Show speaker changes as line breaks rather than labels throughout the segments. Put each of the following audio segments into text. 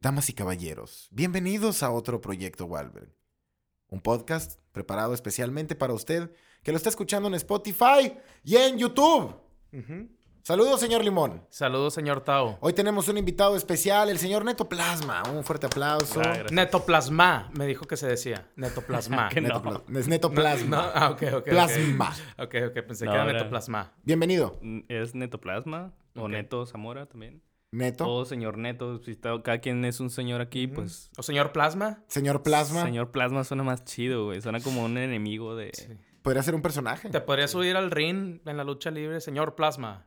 Damas y caballeros, bienvenidos a otro proyecto Walberg. Un podcast preparado especialmente para usted que lo está escuchando en Spotify y en YouTube. Saludos, señor Limón.
Saludos, señor Tao.
Hoy tenemos un invitado especial, el señor Neto Plasma. Un fuerte aplauso.
Ah, gracias.
Netoplasma, me dijo que se decía. Netoplasma.
Que
Neto
no.
Pla- Es Neto Ah, Plasma.
No, ah, ok, ok, ok.
Plasma.
Ok, ok, pensé
No,
que era
era-
netoplasma.
Bienvenido,
N- Es Netoplasma o
Ok.
Neto Zamora también.
Neto.
Oh,
O señor Neto, si está- cada quien es un señor aquí, pues
¿O señor plasma?
Señor Plasma.
señor Plasma suena más chido, güey. Suena como un enemigo de
Podría ser un personaje.
¿Te podrías subir al ring en la lucha libre, señor plasma?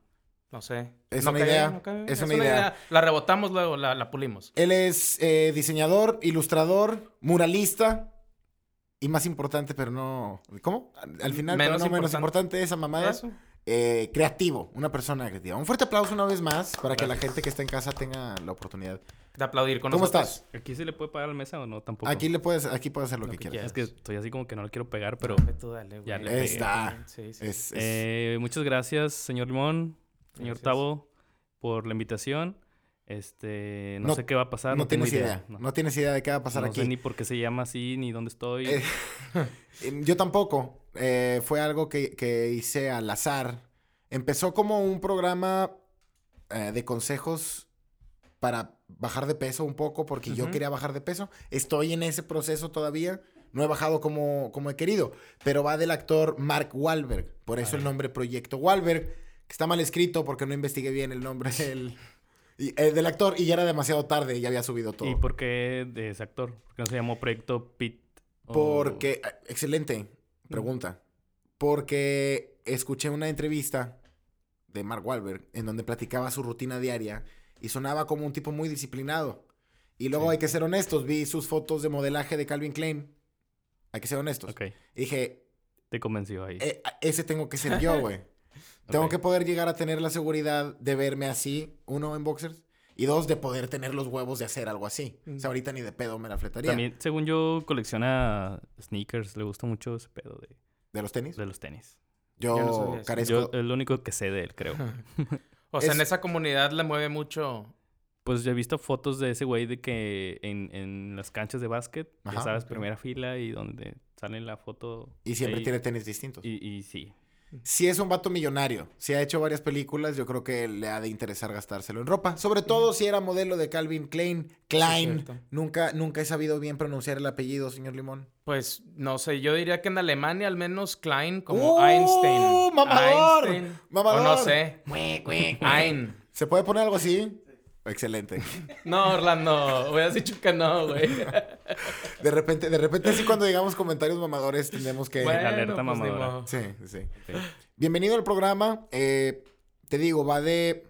No sé.
Es
¿No
una
cae
idea,
bien? ¿No cae bien?
es una idea.
La rebotamos luego, la, la pulimos.
Él es eh, diseñador, ilustrador, muralista y más importante, pero no. ¿Cómo? Al al final,
Menos
pero no menos
importante.
importante, esa mamada.
Eso.
eh, creativo, una persona creativa. Un fuerte aplauso una vez más para que la gente que está en casa tenga la oportunidad.
De aplaudir con
¿Cómo
nosotros.
estás?
¿Aquí se le puede pagar al mesa o no? Tampoco.
Aquí le puedes, aquí puedes hacer lo,
Lo
que
que
quieras.
Es que estoy así como que no le quiero pegar, pero...
Ve tú, dale, güey.
Ya le
Dale,
Está.
güey. Sí, sí.
Es- es-
Eh, muchas gracias, señor Limón, señor
Gracias.
Tavo, por la invitación. Este, no,
No-
sé qué va a pasar.
no,
tengo
tienes idea. No. tienes idea de qué va a pasar
No
aquí.
sé ni por qué se llama así, ni dónde estoy.
Eh, Eh, Yo tampoco. Eh, fue algo que, que hice al azar. Empezó como un programa eh, de consejos para bajar de peso un poco, porque yo
Ujú.
quería bajar de peso. Estoy en ese proceso todavía. No he bajado como, como he querido, pero va del actor Mark Wahlberg. Por eso el nombre Proyecto Wahlberg, que está mal escrito porque no investigué bien el nombre del, y- eh, del actor y ya era demasiado tarde, ya había subido todo.
¿Y por qué de ese actor? ¿Por qué no se llamó Proyecto Pit? o-
Porque, ah, excelente
Mm.
pregunta. Porque escuché una entrevista de Mark Wahlberg en donde platicaba su rutina diaria y sonaba como un tipo muy disciplinado. Y luego
Sí.
hay que ser honestos, vi sus fotos de modelaje de Calvin Klein. Hay que ser honestos.
Ok,
Y dije,
te convenció ahí.
"Eh, a- ese tengo que ser yo, güey. Tengo
Ok.
que poder llegar a tener la seguridad de verme así, uno en boxers, y dos, de poder tener los huevos de hacer algo así. O sea, ahorita ni de pedo me la fletaría.
Mm. También, según yo, colecciona sneakers. Le gusta mucho ese pedo de,
¿De los tenis?
de los tenis.
Yo,
Yo no sabía eso.
carezco...
Yo, es lo único que sé de él, creo.
O sea,
Es-
en esa comunidad le mueve mucho.
Pues yo he visto fotos de ese güey de que en, en las canchas de básquet,
Ajá,
ya sabes,
ok.
primera fila y donde sale la foto.
Y siempre
ahí.
tiene tenis distintos.
Y, y sí.
Si es un vato millonario, si ha hecho varias películas, yo creo que le ha de interesar gastárselo en ropa. Sobre todo si era modelo de Calvin Klein. Klein.
cierto.
nunca, nunca he sabido bien pronunciar el apellido, señor Limón.
Pues no sé, yo diría que en Alemania al menos Klein como
¡Uh,
Einstein.
mamador!
Einstein.
Mamador.
O no sé. Ein.
¿Se puede poner algo así? Excelente.
No, Orlando, hubieras dicho que no, güey.
De repente, de repente así cuando digamos comentarios mamadores tenemos que...
Bueno,
alerta
pues, ni
mamadora.
modo.
Sí, sí.
Ok.
Bienvenido al programa. Eh, te digo, va de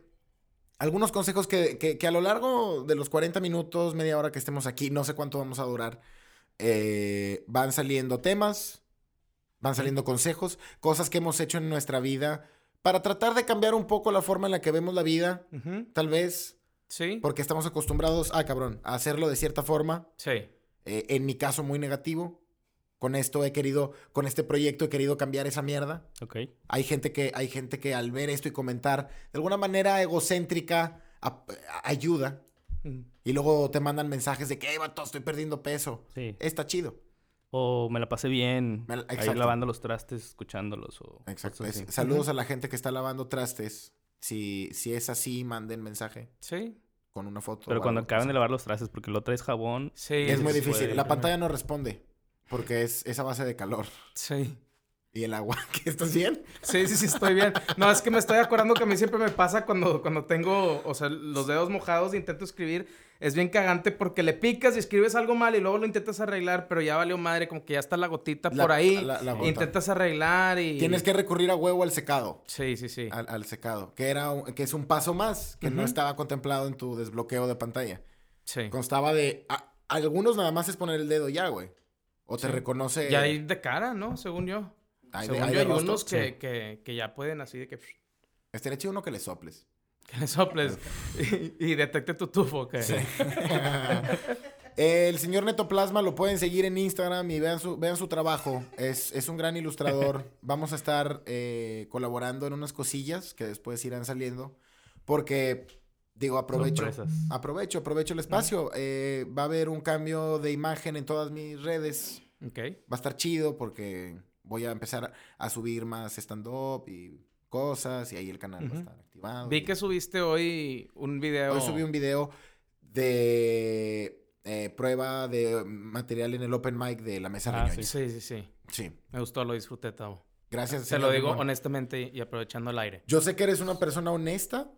algunos consejos que, que- que a lo largo de los 40 minutos, media hora que estemos aquí, no sé cuánto vamos a durar, eh, van saliendo temas, van saliendo consejos, cosas que hemos hecho en nuestra vida para tratar de cambiar un poco la forma en la que vemos la vida,
Ujú.
tal vez,
Sí.
porque estamos acostumbrados, ah, cabrón, a hacerlo de cierta forma,
Sí.
eh, en mi caso muy negativo. Con esto he querido, con este proyecto he querido cambiar esa mierda.
Ok.
Hay gente que, hay gente que al ver esto y comentar de alguna manera egocéntrica ap- a- ayuda. Y luego te mandan mensajes de que, hey, vato, estoy perdiendo peso.
Sí.
Está chido.
O me la pasé bien.
Eh, Me la-
ahí
exacto.
lavando los trastes, escuchándolos. O
Exacto.
cosas
Es-
así.
Saludos a la gente que está lavando trastes. Si, si es así, manden mensaje
Sí.
con una foto.
Pero
o
cuando
algo.
acaben de lavar los trastes, porque lo traes jabón.
Sí.
Es muy
se
difícil.
puede.
La pantalla no responde porque es esa base de calor
Sí.
y el agua. ¿Qué, ¿Estás bien?
Sí, sí, sí, estoy bien. No, es que me estoy acordando que a mí siempre me pasa cuando, cuando tengo, o sea, los dedos mojados e intento escribir. Es bien cagante porque le picas y escribes algo mal y luego lo intentas arreglar, pero ya valió madre, como que ya está la gotita
La-
por ahí.
la- la
e
gota.
intentas arreglar y.
Tienes que Ah, recurrir a huevo al secado.
Sí, sí, sí.
Al, al secado. Que, era un- que es un paso más que no
Ujú.
estaba contemplado en tu desbloqueo de pantalla.
Sí.
Constaba de. a- algunos nada más es poner el dedo ya, güey. O te
Sí.
reconoce.
Ya hay de cara, ¿no? Según yo.
hay de-
Según
hay
yo,
de
hay
rostro.
unos que,
Sí.
que, que ya pueden así de que, que
Estaría chido uno que le soples.
le soples y, y detecte tu tufo. Que...
El señor Netoplasma lo pueden seguir en Instagram y vean su, vean su trabajo. Es, es un gran ilustrador. Vamos a estar eh, colaborando en unas cosillas que después irán saliendo. Porque Digo, aprovecho.
Sorpresas.
Aprovecho, aprovecho el espacio. Eh, va a haber un cambio de imagen en todas mis redes.
Ok.
Va a estar chido porque voy a empezar a subir más stand-up y cosas. Y ahí el canal va a
Ujú.
estar activado.
Vi que subiste hoy un video.
Ah, Hoy subí un video de eh, prueba de material en el open mic de la mesa
Ah,
Reñoña. sí.
Sí, sí, sí. Me gustó, lo disfruté, Tavo.
Gracias.
Se lo
señor
digo
Limón.
honestamente y- y aprovechando el aire.
Yo sé que eres una persona honesta.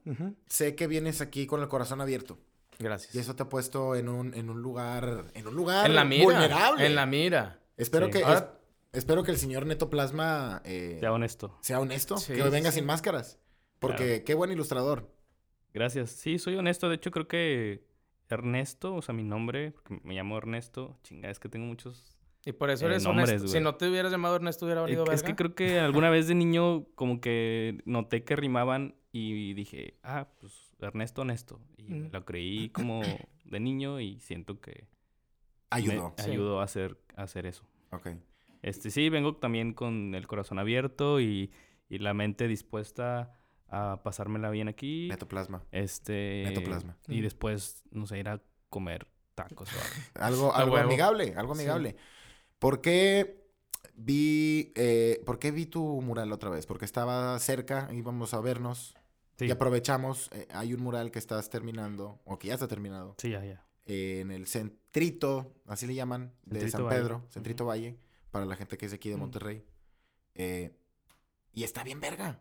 Sé que vienes aquí con el corazón abierto.
Gracias.
Y eso te ha puesto en un, en un lugar. En un lugar
en la mira.
vulnerable.
En la mira.
Espero
Sí.
que.
Ahora-
es- espero que el señor Neto Plasma eh,
Sea honesto.
sea honesto.
Sí,
que venga
sí.
sin máscaras. Porque qué buen ilustrador.
Gracias. Sí, soy honesto. De hecho, creo que Ernesto, o sea, mi nombre, porque me llamo Ernesto. Chinga, es que tengo muchos.
Y por eso
Eh,
eres
nombres,
honesto. Si
güey.
no te hubieras llamado Ernesto, hubiera
Eh,
valido
es que
verga.
creo que alguna vez de niño, como que noté que rimaban y dije, ah, pues Ernesto, honesto. Y me
Mm.
lo creí como de niño y siento que
Ayudó.
me
Sí.
ayudó a hacer, a hacer eso.
Ok.
Este, sí, vengo también con el corazón abierto y, y la mente dispuesta a pasármela bien aquí.
Neto Plasma.
Este.
Netoplasma.
Y
Mm.
después, no sé, ir a comer tacos o
Algo,
algo.
A
algo
huevo.
amigable, algo
Sí.
amigable. ¿Por qué vi, eh, por qué vi tu mural otra vez? Porque estaba cerca, íbamos a vernos
Sí.
y aprovechamos. eh, hay un mural que estás terminando, o que ya está terminado,
Sí, ya, ya.
eh, en el Centrito, así le llaman, de
Centrito
San
Valle. Mm.
Pedro, Centrito Valle, para la gente que es de aquí de
Ujú.
Monterrey. Eh, y está bien verga.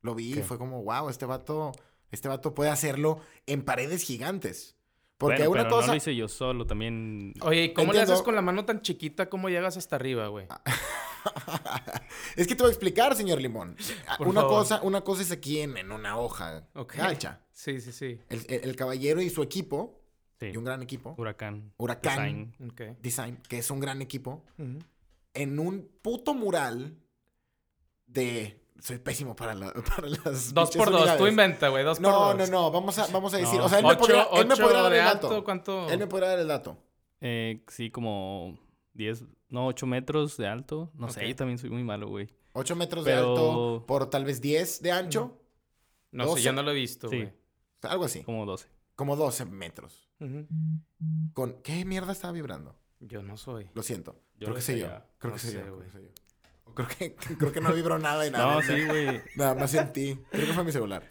Lo vi y
¿Qué?
fue como, wow, este vato, este vato puede hacerlo en paredes gigantes. Porque
Bueno,
una
pero
cosa... Oh,
No lo hice yo solo, también.
Oye, ¿y cómo le haces
Entiendo.
con la mano tan chiquita? ¿Cómo llegas hasta arriba, güey?
Es que te voy a explicar, señor Limón. Ah,
Por
Una
favor.
cosa, una cosa es aquí en, en una hoja
Ok.
ancha.
Sí, sí, sí.
El, el- el caballero y su equipo,
Sí.
y un gran equipo,
Huracán.
Huracán
Design.
Ok.
Design, que es un gran equipo,
Ujú.
en un puto mural de... Soy pésimo para, la- para las...
Dos
pinches
por dos. Tú
unidades.
inventa, güey. Dos por
No,
dos.
no, no. Vamos a, vamos a decir...
No.
O sea, él, me,
Ocho-
podría, él me
ocho
podría dar
de
el
alto,
dato.
¿Cuánto?
Él me podría dar el dato.
Eh, sí, como 10, no, 8 metros de alto. No sé,
Ok.
yo también soy muy malo, güey.
8 metros de
Pero-
alto por tal vez 10 de ancho.
No
doce.
sé, yo no lo he visto,
Sí.
güey.
O sea, algo así.
Como 12.
Como 12 metros.
Ujú.
Con... ¿Qué mierda estaba vibrando?
Yo no soy.
Lo siento.
Yo
creo
lo
que
sé
soy yo.
ya.
Creo
No
que soy
sé,
yo. Creo
güey.
que, soy yo. O creo que- creo que no vibró nada de nada.
No, sí, güey.
Nada más en ti. Creo que fue mi celular.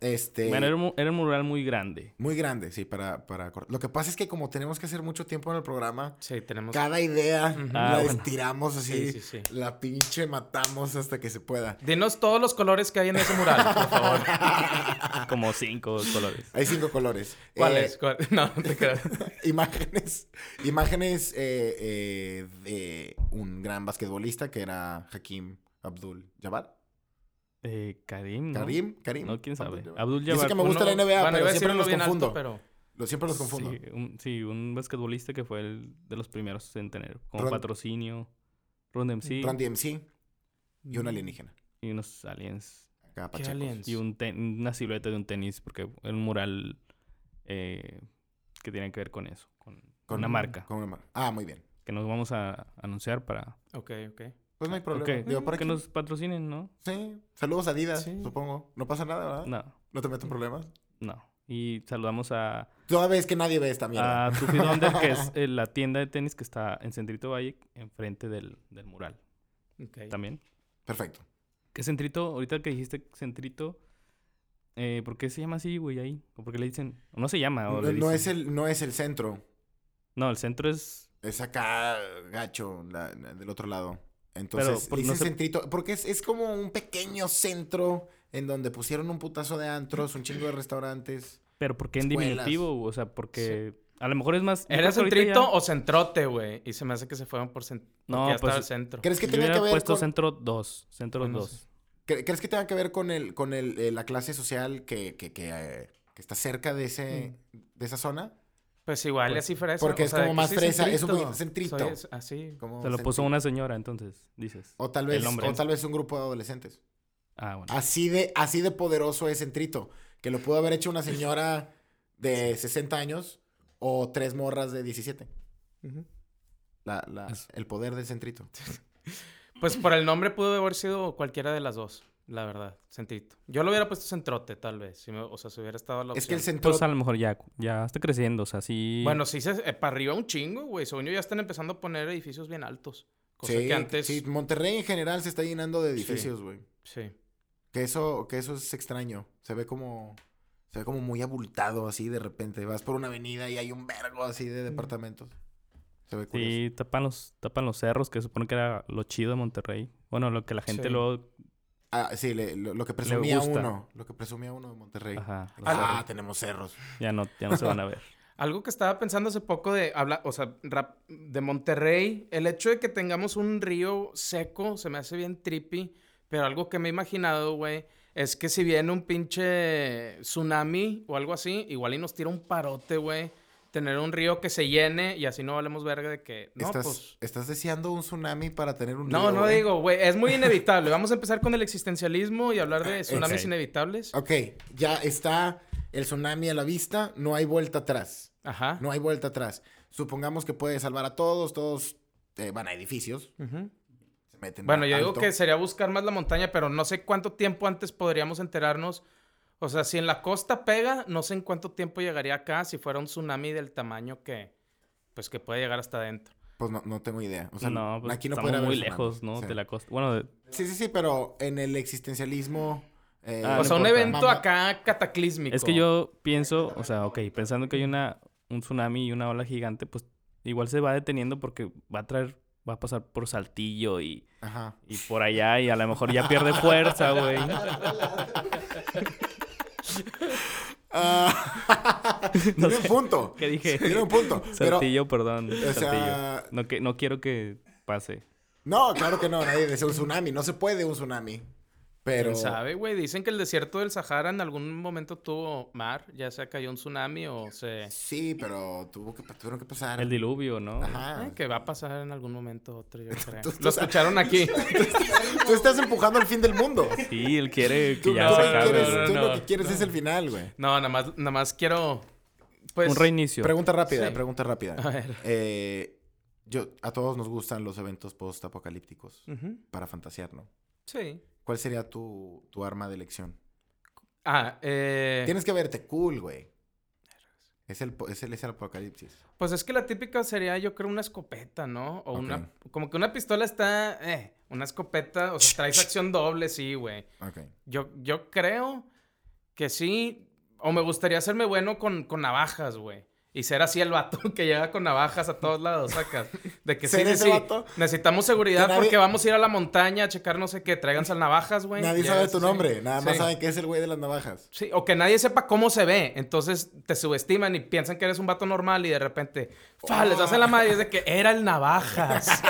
Este.
Bueno, era un, mu- era un mural muy grande.
Muy grande, sí, para, para cor- Lo que pasa es que como tenemos que hacer mucho tiempo en el programa,
Sí, tenemos.
cada idea
Ujú.
la
Ah, bueno.
estiramos así.
Sí, sí, sí.
La pinche matamos hasta que se pueda.
Dinos todos los colores que hay en ese mural, por favor.
Eh, Ah.
Como 5 colores.
Hay cinco colores. Eh,
¿Cuáles? ¿Cuál? No, no te creas.
Imágenes. Imágenes eh, eh, de un gran basquetbolista que era Hakim Abdul Jabbar.
Eh, Karim. ¿no?
Karim, Karim.
No, quién sabe.
Abdul-Jabbar.
Abdul
Yo sé
Jabbar.
que me gusta
uno-
la NBA,
Bueno, iba
pero
a
siempre
decirlo
los
bien
confundo.
alto, pero.
Lo- siempre los confundo.
Sí un, sí, un basquetbolista que fue el de los primeros en tener como
Ron-
patrocinio, Ron DMC
Randy MC y un alienígena.
Mm, y unos aliens.
Acá,
¿Qué
pachecos.
aliens?
Y un ten- una silueta de un tenis, porque era un mural eh, que tiene que ver con eso, con,
Con-
una marca
Con una marca. Ah, muy bien.
que nos vamos a anunciar para
Ok, ok.
Pues no hay problema.
Ok,
Digo, por
que
aquí.
nos patrocinen, ¿no?
Sí. Saludos a Adidas,
Sí.
supongo. No pasa nada, ¿verdad? No,
No,
te meto en problemas.
no. Y saludamos a,
Toda vez que nadie ve esta mierda.
a Tufi Donder, que es eh, la tienda de tenis que está en Centrito Valle, enfrente del, del mural
okay.
también.
Perfecto.
¿Qué centrito? Ahorita que dijiste centrito, eh, ¿por qué se llama así, güey, ahí? ¿O por qué le dicen? O no se llama,
No,
o le
no
dicen-
es el, no es el centro.
No, el centro es...
Es acá, gacho, la- la- del otro lado. Entonces,
por- no
dicen
sé-
centrito. Porque es, es como un pequeño centro en donde pusieron un putazo de antros, un chingo de restaurantes.
Pero ¿por qué en
Escuelas.
diminutivo? O sea, porque... A lo mejor es más... yo
¿Era
creo que ahorita
centrito
ya-
o centrote, güey? Y se me hace que se fueron por centro.
No,
No, ya estaba
pues,
el centro.
¿Crees que
yo
tenga
hubiera
que ver
puesto
con...
centro 2, centro
Bueno,
2.
sí.
¿Cre- ¿Crees que tenga que ver con el, con el, eh, la clase social que, que, que, eh, que está cerca de ese,
Mm.
de esa zona?
Pues igual,
Pues,
así fuera eso.
porque es como
de que
más
sí,
fresa, es un
centrito.
poquito centrito.
Soy es- así.
Como
Se lo puso
senti-
una señora, entonces, dices.
O tal
el
vez,
hombre.
o tal vez un grupo de adolescentes.
Ah, bueno.
Así de, así de poderoso es Centrito, que lo pudo haber hecho una señora de 60 años o tres morras de 17.
Ujú.
La- la-
Es-
el poder del Centrito.
Pues por el nombre pudo haber sido cualquiera de las dos. La verdad, centrito. Yo lo hubiera puesto centrote, tal vez. si me- o sea, si hubiera estado la
Es que el
opción.
centro.
Pues a lo mejor ya, ya está creciendo, o sea, sí.
Bueno, sí, se, eh, para arriba un chingo, güey. Según yo, ya están empezando a poner edificios bien altos. Cosa
sí,
que antes.
sí,
Sí.
Monterrey en general se está llenando de edificios, güey. Que eso, que eso es extraño. Se ve como. Se ve como muy abultado así de repente. Vas por una avenida y hay un vergo así de departamentos. Se ve curioso.
Sí, tapan los, tapan los cerros, que supone que era lo chido de Monterrey. Bueno, lo que la gente
Sí.
luego.
Ah, sí, le- lo, lo que presumía
gusta.
uno. Lo que presumía uno de Monterrey.
Ajá, los
Ah,
cerros.
tenemos cerros.
Ya no, ya no se van a ver.
Algo que estaba pensando hace poco de habla, o sea, rap- de Monterrey, el hecho de que tengamos un río seco se me hace bien trippy, pero algo que me he imaginado, güey, es que si viene un pinche tsunami o algo así, igual y nos tira un parote, güey, tener un río que se llene y así no valemos verga de que no,
estás,
pues
estás deseando un tsunami para tener un
no,
río,
no
güey?
digo, güey, es muy inevitable. Vamos a empezar con el existencialismo y hablar de tsunamis
Ok.
inevitables.
Ok, ya está el tsunami a la vista. No hay vuelta atrás.
Ajá.
No hay vuelta atrás. Supongamos que puede salvar a todos. Todos eh, van a edificios.
Ujú.
Se meten
Bueno,
a-
yo digo
alto.
que sería buscar más la montaña, pero no sé cuánto tiempo antes podríamos enterarnos. O sea, si en la costa pega, no sé en cuánto tiempo llegaría acá si fuera un tsunami del tamaño que pues que puede llegar hasta adentro.
Pues no, no tengo idea. O sea,
no, pues
aquí no
estamos
puede haber
muy
tsunami.
lejos, ¿no?
Sí.
De la costa. Bueno, de-
Sí, sí, sí, pero en el existencialismo. eh,
Ah,
o
no
sea, un
importa.
evento
Mamá-
acá cataclísmico.
es que yo pienso, o sea, ok, pensando que hay una, un tsunami y una ola gigante, pues igual se va deteniendo porque va a traer, va a pasar por Saltillo y,
Ajá.
y por allá y a lo mejor ya pierde fuerza, güey.
Ah,
No
tiene un
sé.
punto.
¿Qué dije?
Tiene un punto. Pero,
Saltillo, perdón.
o
Saltillo.
sea,
No, que, no quiero que pase.
no, claro que no, nadie desea un tsunami. No se puede un tsunami. Pero.
¿Quién sabe, güey? Dicen que el desierto del Sahara en algún momento tuvo mar, ya sea cayó un tsunami o se...
Sí, pero tuvo que, tuvieron que pasar.
El diluvio, ¿no?
Ajá.
Ay, eh, que va a pasar en algún momento otro, yo creo.
Tú- tú
Lo
sa-
escucharon aquí.
Tú estás empujando al fin del mundo.
Sí, él quiere que
Tú,
ya
tú lo
se
que
acabe.
quieres,
no,
tú lo
no,
que quieres es el final, güey.
No, nada más, nada más quiero... Pues,
Un reinicio.
Pregunta rápida,
Sí.
pregunta rápida.
A ver.
Eh, yo, a todos nos gustan los eventos post-apocalípticos
Ujú,
para fantasear, ¿no?
Sí.
¿Cuál sería tu, tu arma de elección?
Ah, eh...
Tienes que verte cool, güey. Es el, po- es el, es el apocalipsis.
Pues es que la típica sería, yo creo, una escopeta, ¿no? O una... Como que una pistola está... Eh, una escopeta, o sea, traes acción doble, sí, güey.
Ok.
Yo, yo creo que sí. O me gustaría hacerme bueno con, con navajas, güey. Y ser así el vato que llega con navajas a todos lados, sacas. De que sí,
Ser
sí,
ese
sí,
vato.
Necesitamos seguridad
Que nadie-
porque vamos a ir a la montaña a checar no sé qué. Tráiganse navajas, güey.
Nadie
Pues, Ya,
sabe tu
sí.
nombre, nada más
Sí.
saben que es el güey de las navajas.
Sí, o que nadie sepa cómo se ve. Entonces te subestiman y piensan que eres un vato normal y de repente, ¡fa! Les hacen la madre y es de que era el navajas.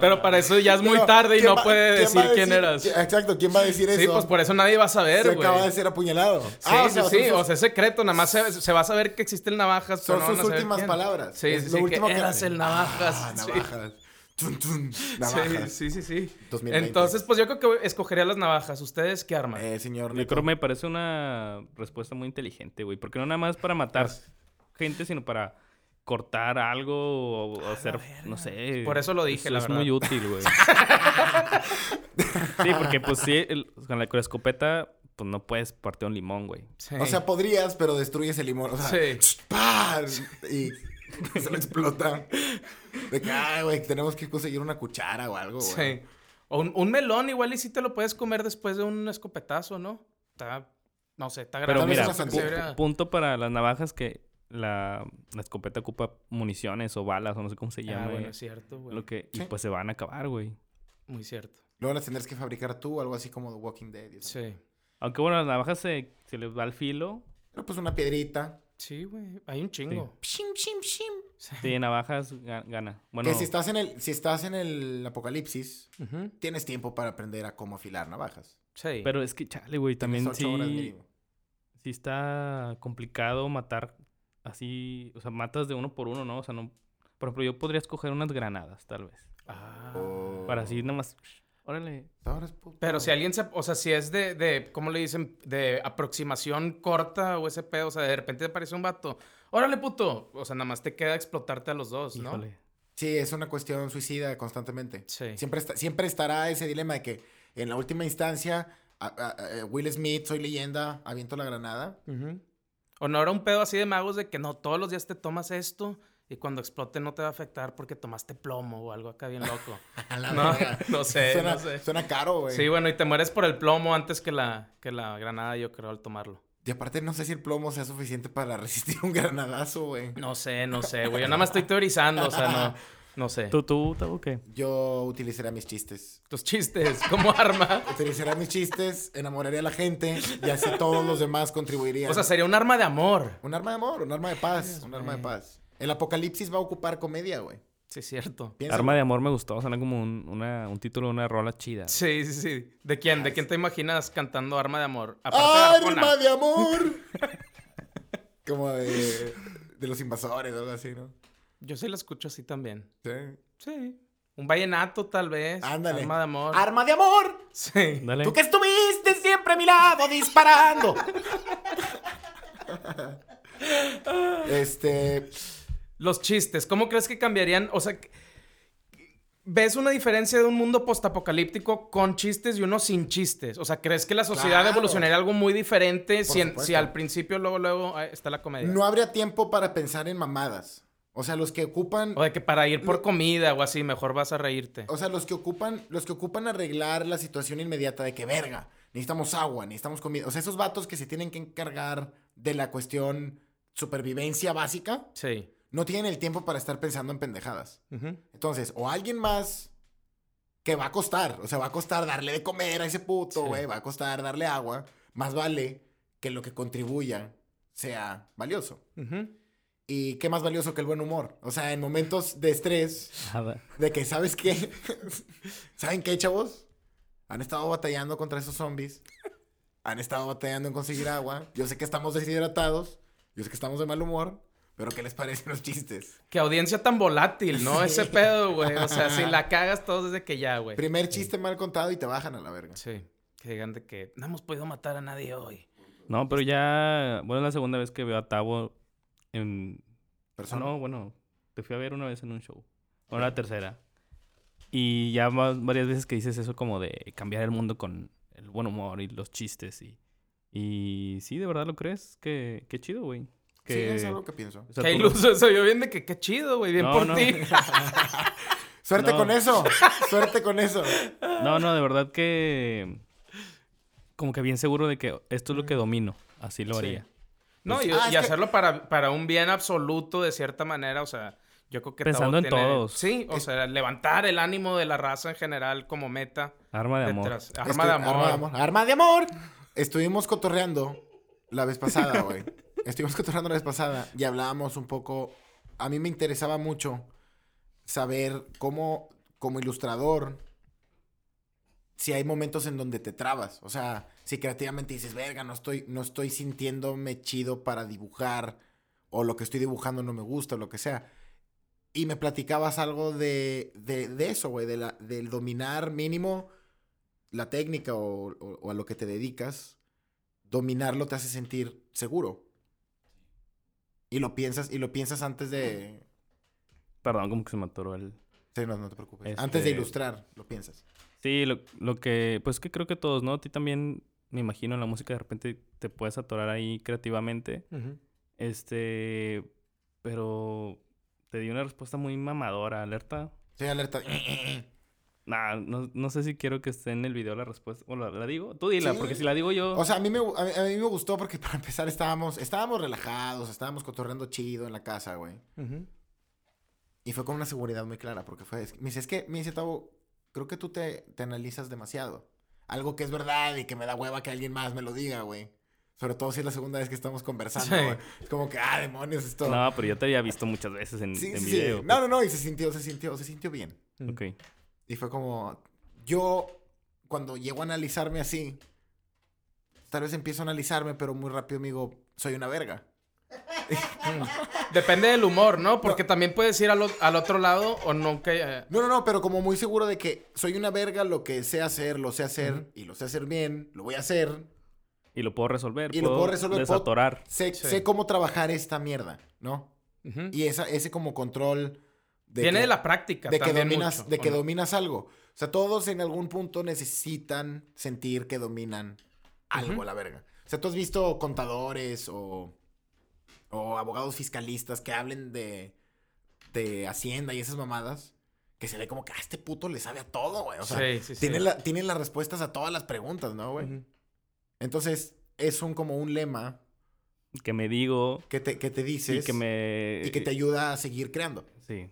Pero para eso ya es muy
Pero,
tarde y
¿quién
no
va-
puede
quién va
decir
a
quién eras.
qui- Exacto, ¿quién va a decir eso?
Sí, pues por eso nadie va a
Se
saber, güey.
acaba de ser apuñalado.
Sí,
Ah, o
sí,
sea,
sí,
son sus-
o sea, es secreto, nada más se, se va a saber que existe el navajas.
son
pero no
sus
van a saber
últimas
quién.
palabras.
Sí,
Es
sí,
lo
sí,
último que
eras el navajas.
Ah,
sí.
navajas. Tun, tun,
Sí,
navajas.
Sí, sí, sí.
2020.
Entonces, pues yo creo que escogería las navajas. ¿Ustedes qué arman?
Eh, señor
Yo
Neto.
creo que me parece una respuesta muy inteligente, güey. Porque no nada más para matar
Pues,
gente, sino para cortar algo o hacer, no sé.
Por eso lo dije,
es,
la
es
verdad.
muy útil, güey. sí, porque pues sí, el- con la escopeta, pues no puedes partir un limón, güey.
Sí.
O sea, podrías, pero destruyes el limón. O sea,
Sí.
ch- ¡pah! Y se lo explota. De que, ay, güey, tenemos que conseguir una cuchara o algo, güey.
Sí. O un, un melón igual y sí te lo puedes comer después de un escopetazo, ¿no? Está, no sé, está
Pero
Tal
grave.
vez
mira,
una
pu-
sandía.
pu- punto para las navajas que la, la escopeta ocupa municiones o balas o no sé cómo se llama.
Ah, bueno, es cierto, güey.
lo que,
Sí.
Y pues se van a acabar, güey.
Muy cierto.
Luego las tendrás que fabricar tú, algo así como The Walking Dead. y eso.
Sí.
Aunque bueno, las navajas se, se les va el filo.
Pero pues una piedrita.
Sí, güey. Hay un chingo.
Pshim, pshim, pshim.
Sí, navajas ga- gana. Bueno,
Que si estás en el, si estás en el apocalipsis,
Ujú.
tienes tiempo para aprender a cómo afilar navajas.
Sí.
pero es que chale, güey,
Tienes
también
ocho horas
Mm, sí,
mínimo.
sí está complicado matar así, o sea, matas de uno por uno, ¿no? O sea, no, por ejemplo, yo podría escoger unas granadas, tal vez,
Ah.
Oh.
para así nada más, órale,
Ahora es puto.
Pero si alguien se... O sea, si es de, de... ¿Cómo le dicen? De aproximación corta o ese pedo.
Pues
O sea, de repente te aparece un vato. ¡Órale, puto! O sea, nada más te queda explotarte a los dos, ¿no?
híjole.
Sí, es una cuestión suicida constantemente.
Sí.
Siempre, está- siempre estará ese dilema de que en la última instancia, a- a- a- Will Smith, soy leyenda, aviento la granada.
O no era un pedo así de magos de que no, todos los días te tomas esto y cuando explote no te va a afectar porque tomaste plomo o algo acá bien loco.
A la
no,
verga.
no sé,
Ah, suena,
no sé.
suena caro, güey.
Sí, bueno, y te mueres por el plomo antes que la, que la granada, yo creo, al tomarlo.
Y aparte, no sé si el plomo sea suficiente para resistir un granadazo, güey.
No sé, no sé, güey. Yo nada más estoy teorizando, o sea, no, no sé.
¿Tú, tú, Tabo, qué?
Yo utilizaría mis chistes.
Tus chistes como arma.
Utilizaría mis chistes, enamoraría a la gente y así todos los demás contribuirían.
O sea, sería un arma de amor.
un arma de amor, un arma de paz, un arma de
güey.
paz. El apocalipsis va a ocupar comedia, güey.
Sí, es cierto.
Piénsalo.
Arma de amor me gustó, suena como un, una- un título de una rola chida.
Sí, sí, sí. ¿De quién? ¿De quién te imaginas cantando arma de amor? Aparte de
¡Arma
Arjona.
de amor! Como de, de los invasores o algo así, ¿no?
Yo sí la escucho así también.
Sí.
Sí. Un vallenato, tal vez.
Ándale.
Arma de amor.
¡Arma de amor!
sí.
Dale.
Tú que estuviste siempre a mi lado disparando. este.
Los chistes, ¿cómo crees que cambiarían? O sea, ¿ves una diferencia de un mundo postapocalíptico con chistes y uno sin chistes? O sea, ¿crees que la sociedad
Claro.
evolucionaría algo muy diferente si, en-
supuesto.
si al principio luego, luego ah, está la comedia?
No habría tiempo para pensar en mamadas. O sea, los que ocupan.
O de que para ir por comida o así, mejor vas a reírte.
O sea, los que ocupan, los que ocupan arreglar la situación inmediata de que verga, necesitamos agua, necesitamos comida. O sea, esos vatos que se tienen que encargar de la cuestión supervivencia básica,
Sí.
no tienen el tiempo para estar pensando en pendejadas.
Ujú.
Entonces, o alguien más que va a costar, o sea, va a costar darle de comer a ese puto,
Sí.
güey, va a costar darle agua, más vale que lo que contribuya sea valioso.
Ujú.
¿Y qué más valioso que el buen humor? O sea, en momentos de estrés,
Nada.
de que, ¿sabes qué? ¿Saben qué, chavos? Han estado batallando contra esos zombies. Han estado batallando en conseguir agua. Yo sé que estamos deshidratados. Yo sé que estamos de mal humor. Pero ¿qué les parecen los chistes?
Qué audiencia tan volátil, ¿no? Ese pedo, güey. O sea, si la cagas todos desde que ya, güey.
Primer chiste mal contado y te bajan a la verga.
Sí. Que digan de que no hemos podido matar a nadie hoy.
No, pero ya. Bueno, es la segunda vez que veo a Tabo en. Ah,
Persona.
No, bueno, te fui a ver una vez en un show. Bueno, la tercera. Y ya va- varias veces que dices eso como de cambiar el mundo con el buen humor y los chistes y. Y sí, de verdad lo crees. Qué, qué chido, güey. Que,
Sí, es algo que pienso.
o sea,
qué
tú-
iluso eso. Yo bien de que qué chido, güey. Bien
No,
por
no.
ti.
Suerte
No.
con eso. Suerte con eso.
No, no, de verdad que. Como que bien seguro de que esto es lo que domino. Así lo
Sí.
haría.
No,
Pues-
y,
Ah,
y
es que-
hacerlo para, para un bien absoluto de cierta manera, o sea, yo creo que... Tabo
Pensando en
tiene-
todos.
Sí, o
Es-
sea, levantar el ánimo de la raza en general como meta.
Arma de amor.
detrás. Arma de
Estu-
amor.
Arma de amor. Arma de amor. Estuvimos cotorreando la vez pasada, güey. Estuvimos cotorreando la vez pasada y hablábamos un poco. A mí me interesaba mucho saber cómo, como ilustrador, si hay momentos en donde te trabas. O sea, si creativamente dices, verga, no estoy, no estoy sintiéndome chido para dibujar, o lo que estoy dibujando no me gusta, o lo que sea. Y me platicabas algo de, de, de eso, güey, de la- del dominar mínimo la técnica o, o- o a lo que te dedicas, dominarlo te hace sentir seguro. Y lo piensas, y lo piensas antes de.
Perdón, como que se me atoró el.
Sí, no, no te preocupes.
Este-
Antes de ilustrar, lo piensas.
Sí, lo, lo que, pues que creo que todos, ¿no? A ti también, me imagino, en la música de repente te puedes atorar ahí creativamente.
Ujú.
Este, pero te di una respuesta muy mamadora, alerta.
Sí, alerta.
Nah, no, no sé si quiero que esté en el video la respuesta. O la, la digo, tú dila, porque si la digo yo...
O sea, a mí, me, a, mí, a mí me gustó porque para empezar estábamos, estábamos relajados, estábamos cotorreando chido en la casa, güey.
Ujú.
Y fue con una seguridad muy clara, porque fue, es que- me dice, es que, me dice Tavo, creo que tú te, te analizas demasiado. Algo que es verdad y que me da hueva que alguien más me lo diga, güey. Sobre todo si es la segunda vez que estamos conversando,
Sí.
güey. Es como que, ah, demonios, esto.
no, pero yo te había visto muchas veces en,
sí,
en
sí, sí.
video. pues.
No, no, no, y se sintió, se sintió, se sintió bien.
no.
Ok.
Y fue como, yo, cuando llego a analizarme así, tal vez empiezo a analizarme, pero muy rápido me digo, soy una verga.
Depende del humor, ¿no? Porque también puedes ir al, o- al otro lado o nunca... eh,
No, no, no, pero como muy seguro de que soy una verga, lo que sé hacer, lo sé hacer, y lo sé hacer bien, lo voy a hacer.
Y lo puedo resolver,
Y lo puedo resolver, puedo-
desatorar.
Sé,
Sí.
sé cómo trabajar esta mierda, ¿no?
ujú.
Y esa, ese como control de
Viene
que-
de la práctica.
de que
también
dominas
mucho,
de
¿o
que
no?
dominas algo. O sea, todos en algún punto necesitan sentir que dominan algo
Ujú.
a la verga. O sea, tú has visto contadores o o abogados fiscalistas que hablen de de hacienda y esas mamadas que se ve como que "Ah, este puto le sabe a todo, güey. O sea,
Sí, sí, sí.
tiene la- tiene las respuestas a todas las preguntas, ¿no, güey?
Ujú.
Entonces, es un como un lema
Que me digo
que te, que te dices
y que me... eh,
y que te ayuda a seguir creando.
Sí.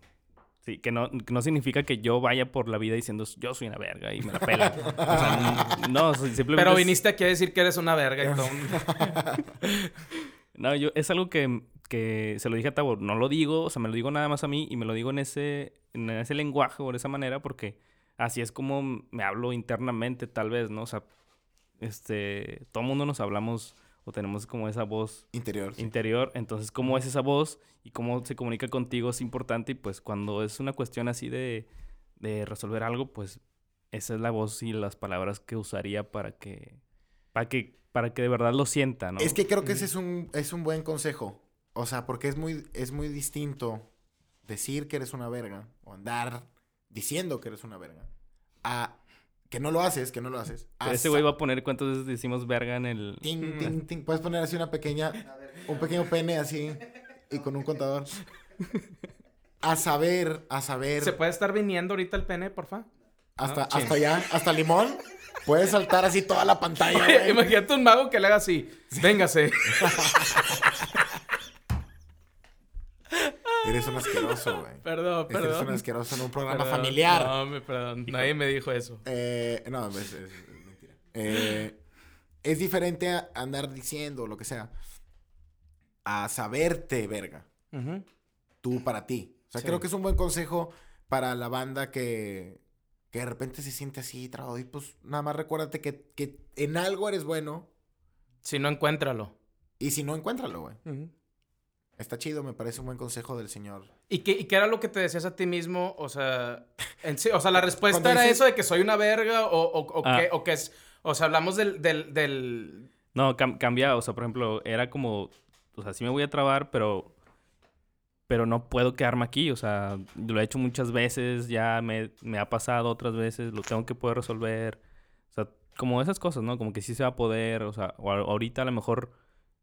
Sí, que no, que no significa que yo vaya por la vida diciendo yo soy una verga y me la pela. O sea, no, si- simplemente.
Pero
es-
viniste aquí a decir que eres una verga y todo.
No, yo, es algo que, que se lo dije a Tabo. No lo digo, o sea, me lo digo nada más a mí y me lo digo en ese, en ese lenguaje o de esa manera porque así es como me hablo internamente, tal vez, ¿no? O sea, este. Todo mundo nos hablamos o tenemos como esa voz
Interior. sí.
interior. Entonces, cómo es esa voz y cómo se comunica contigo es importante. Y pues cuando es una cuestión así de, de resolver algo, pues esa es la voz y las palabras que usaría para que, para que, para que de verdad lo sienta, ¿no?
Es que creo que ese
Ujú.
es un, es un buen consejo. O sea, porque es muy, es muy distinto decir que eres una verga o andar diciendo que eres una verga a que no lo haces, que no lo haces.
Pero ese güey va a poner cuántas veces decimos verga en el...
Ting, ting, ting. Puedes poner así una pequeña, un pequeño pene así y con un contador. A saber, a saber,
¿Se puede estar viniendo ahorita el pene, porfa?
hasta, hasta allá, hasta limón. Puedes saltar así toda la pantalla, güey.
Imagínate un mago que le haga así. Véngase.
Eres un asqueroso, güey.
Perdón,
Eres un
perdón.
asqueroso en un programa
Perdón.
familiar.
No, me perdón. Nadie me dijo eso.
Eh, no, es, es- es mentira. Eh, es diferente a andar diciendo lo que sea. A saberte, verga.
Ujú.
Tú para ti. O sea,
Sí.
creo que es un buen consejo para la banda que, que de repente se siente así, trabado. Y pues nada más recuérdate que, que en algo eres bueno.
Si no, encuéntralo.
Y si no, encuéntralo, güey.
Ujú.
Está chido, me parece un buen consejo del señor.
¿Y qué, y qué era lo que te decías a ti mismo? O sea, en sí- o sea la respuesta
Cuando
era
dices-
eso de que soy una verga o, o, o
Ah.
que, o que es... O sea, hablamos del... del, del-
No, cam- cambia, o sea, por ejemplo, era como, o sea, sí me voy a trabar, pero, pero no puedo quedarme aquí, o sea, lo he hecho muchas veces, ya me, me ha pasado otras veces, lo tengo que poder resolver, o sea, como esas cosas, ¿no? Como que sí se va a poder, o sea, o a- ahorita a lo mejor,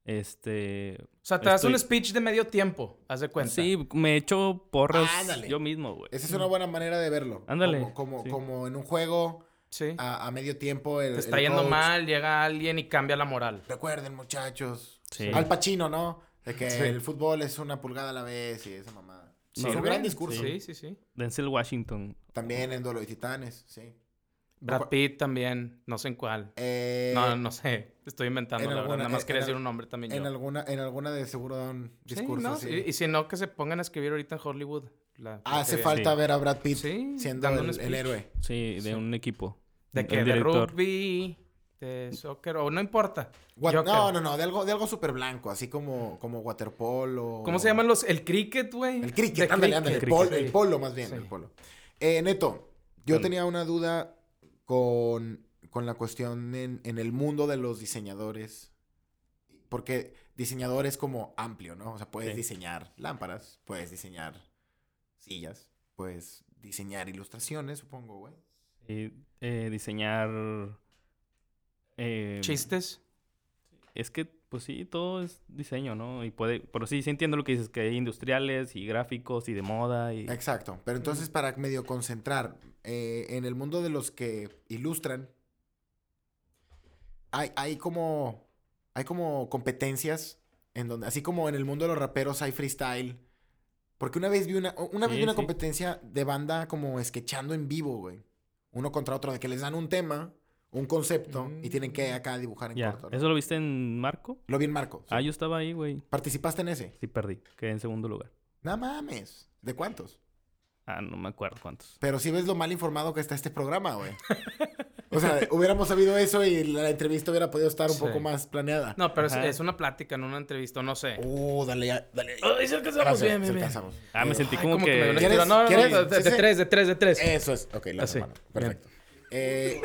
este,
o sea, te das un
Estoy-
speech de medio tiempo, haz de cuenta.
sí, me echo porras
Ándale.
yo mismo, güey.
Esa es
Mm.
una buena manera de verlo.
Ándale,
Como, como,
sí.
como en un juego,
Sí.
a, a medio tiempo. Ah, El,
te está
el
yendo
coach,
mal, llega alguien y cambia la moral.
Recuerden, muchachos.
Sí.
Al Pacino, ¿no? De que
Sí.
el fútbol es una pulgada a la vez y esa mamada.
Sí,
es un
güey.
gran discurso.
Sí, sí, sí.
Denzel Washington,
También en Duelo de Titanes, sí.
Brad Pitt también, no sé en cuál.
Eh,
no, no sé, estoy inventando,
en
la
alguna-
verdad. Nada más
en-
quería
en
decir
al-
un nombre también
En
yo.
alguna, en alguna de seguro da un
Sí,
discurso
¿no?
así.
Y, y si no, que se pongan a escribir ahorita en Hollywood. la- la
Ah, Hace
que-
falta
Sí.
ver a Brad Pitt
Sí,
siendo
dando un
el, el
speech.
héroe.
sí, de
Sí.
un equipo.
De
el
que de
director.
rugby, de soccer, o no importa.
Guat-
Yo
no,
creo.
no, no, de algo, de algo súper blanco, así como, como waterpolo.
¿Cómo se llaman los? El cricket,
Oh.
güey.
El
De
cricket, ándale, ándale, el
cricket.
polo,
Sí.
el polo más bien,
Sí.
el polo. Eh, Neto, yo
Ándale.
tenía una duda con, con la cuestión en, en el mundo de los diseñadores. Porque diseñador es como amplio, ¿no? O sea, puedes
Sí.
diseñar lámparas, puedes diseñar sillas, puedes diseñar ilustraciones, supongo, güey.
Y, eh, diseñar... eh,
Chistes.
Es que, pues sí, todo es diseño, ¿no? Y puede, pero sí, sí entiendo lo que dices, que hay industriales y gráficos y de moda y...
Exacto. Pero entonces, para medio concentrar, eh, en el mundo de los que ilustran, hay, hay como. Hay como competencias en donde. Así como en el mundo de los raperos hay freestyle. Porque una vez vi una, una, vez
Sí,
vi una
sí.
competencia de banda como sketchando en vivo, güey. Uno contra otro, de que les dan un tema, un concepto, y tienen que acá dibujar en
Mm. Ya,
corto. ¿no?
¿eso lo viste en Marco?
Lo vi en Marco. sí.
Ah, yo estaba ahí, güey.
Participaste en ese.
Sí, perdí. Quedé en segundo lugar.
No mames. ¿De cuántos?
Ah, no me acuerdo cuántos.
Pero si ves lo mal informado que está este programa, güey. O sea, hubiéramos sabido eso y la entrevista hubiera podido estar un
Sí.
poco más planeada.
No, pero es,
Ajá.
es una plática, no una entrevista, no sé.
Uh, dale, ya, dale.
Ay, se alcanzamos
Gracias,
bien, bien,
sí
bien.
alcanzamos.
Ah, me
Eh,
sentí
Ay,
como,
como me dio una
que...
¿Quieres-
estirada. No, no, no,
quieres?
de, de
Sí, Eh, sí.
tres, de tres, de tres.
Eso es. Ok, la
Así,
mano. Perfecto. Eh,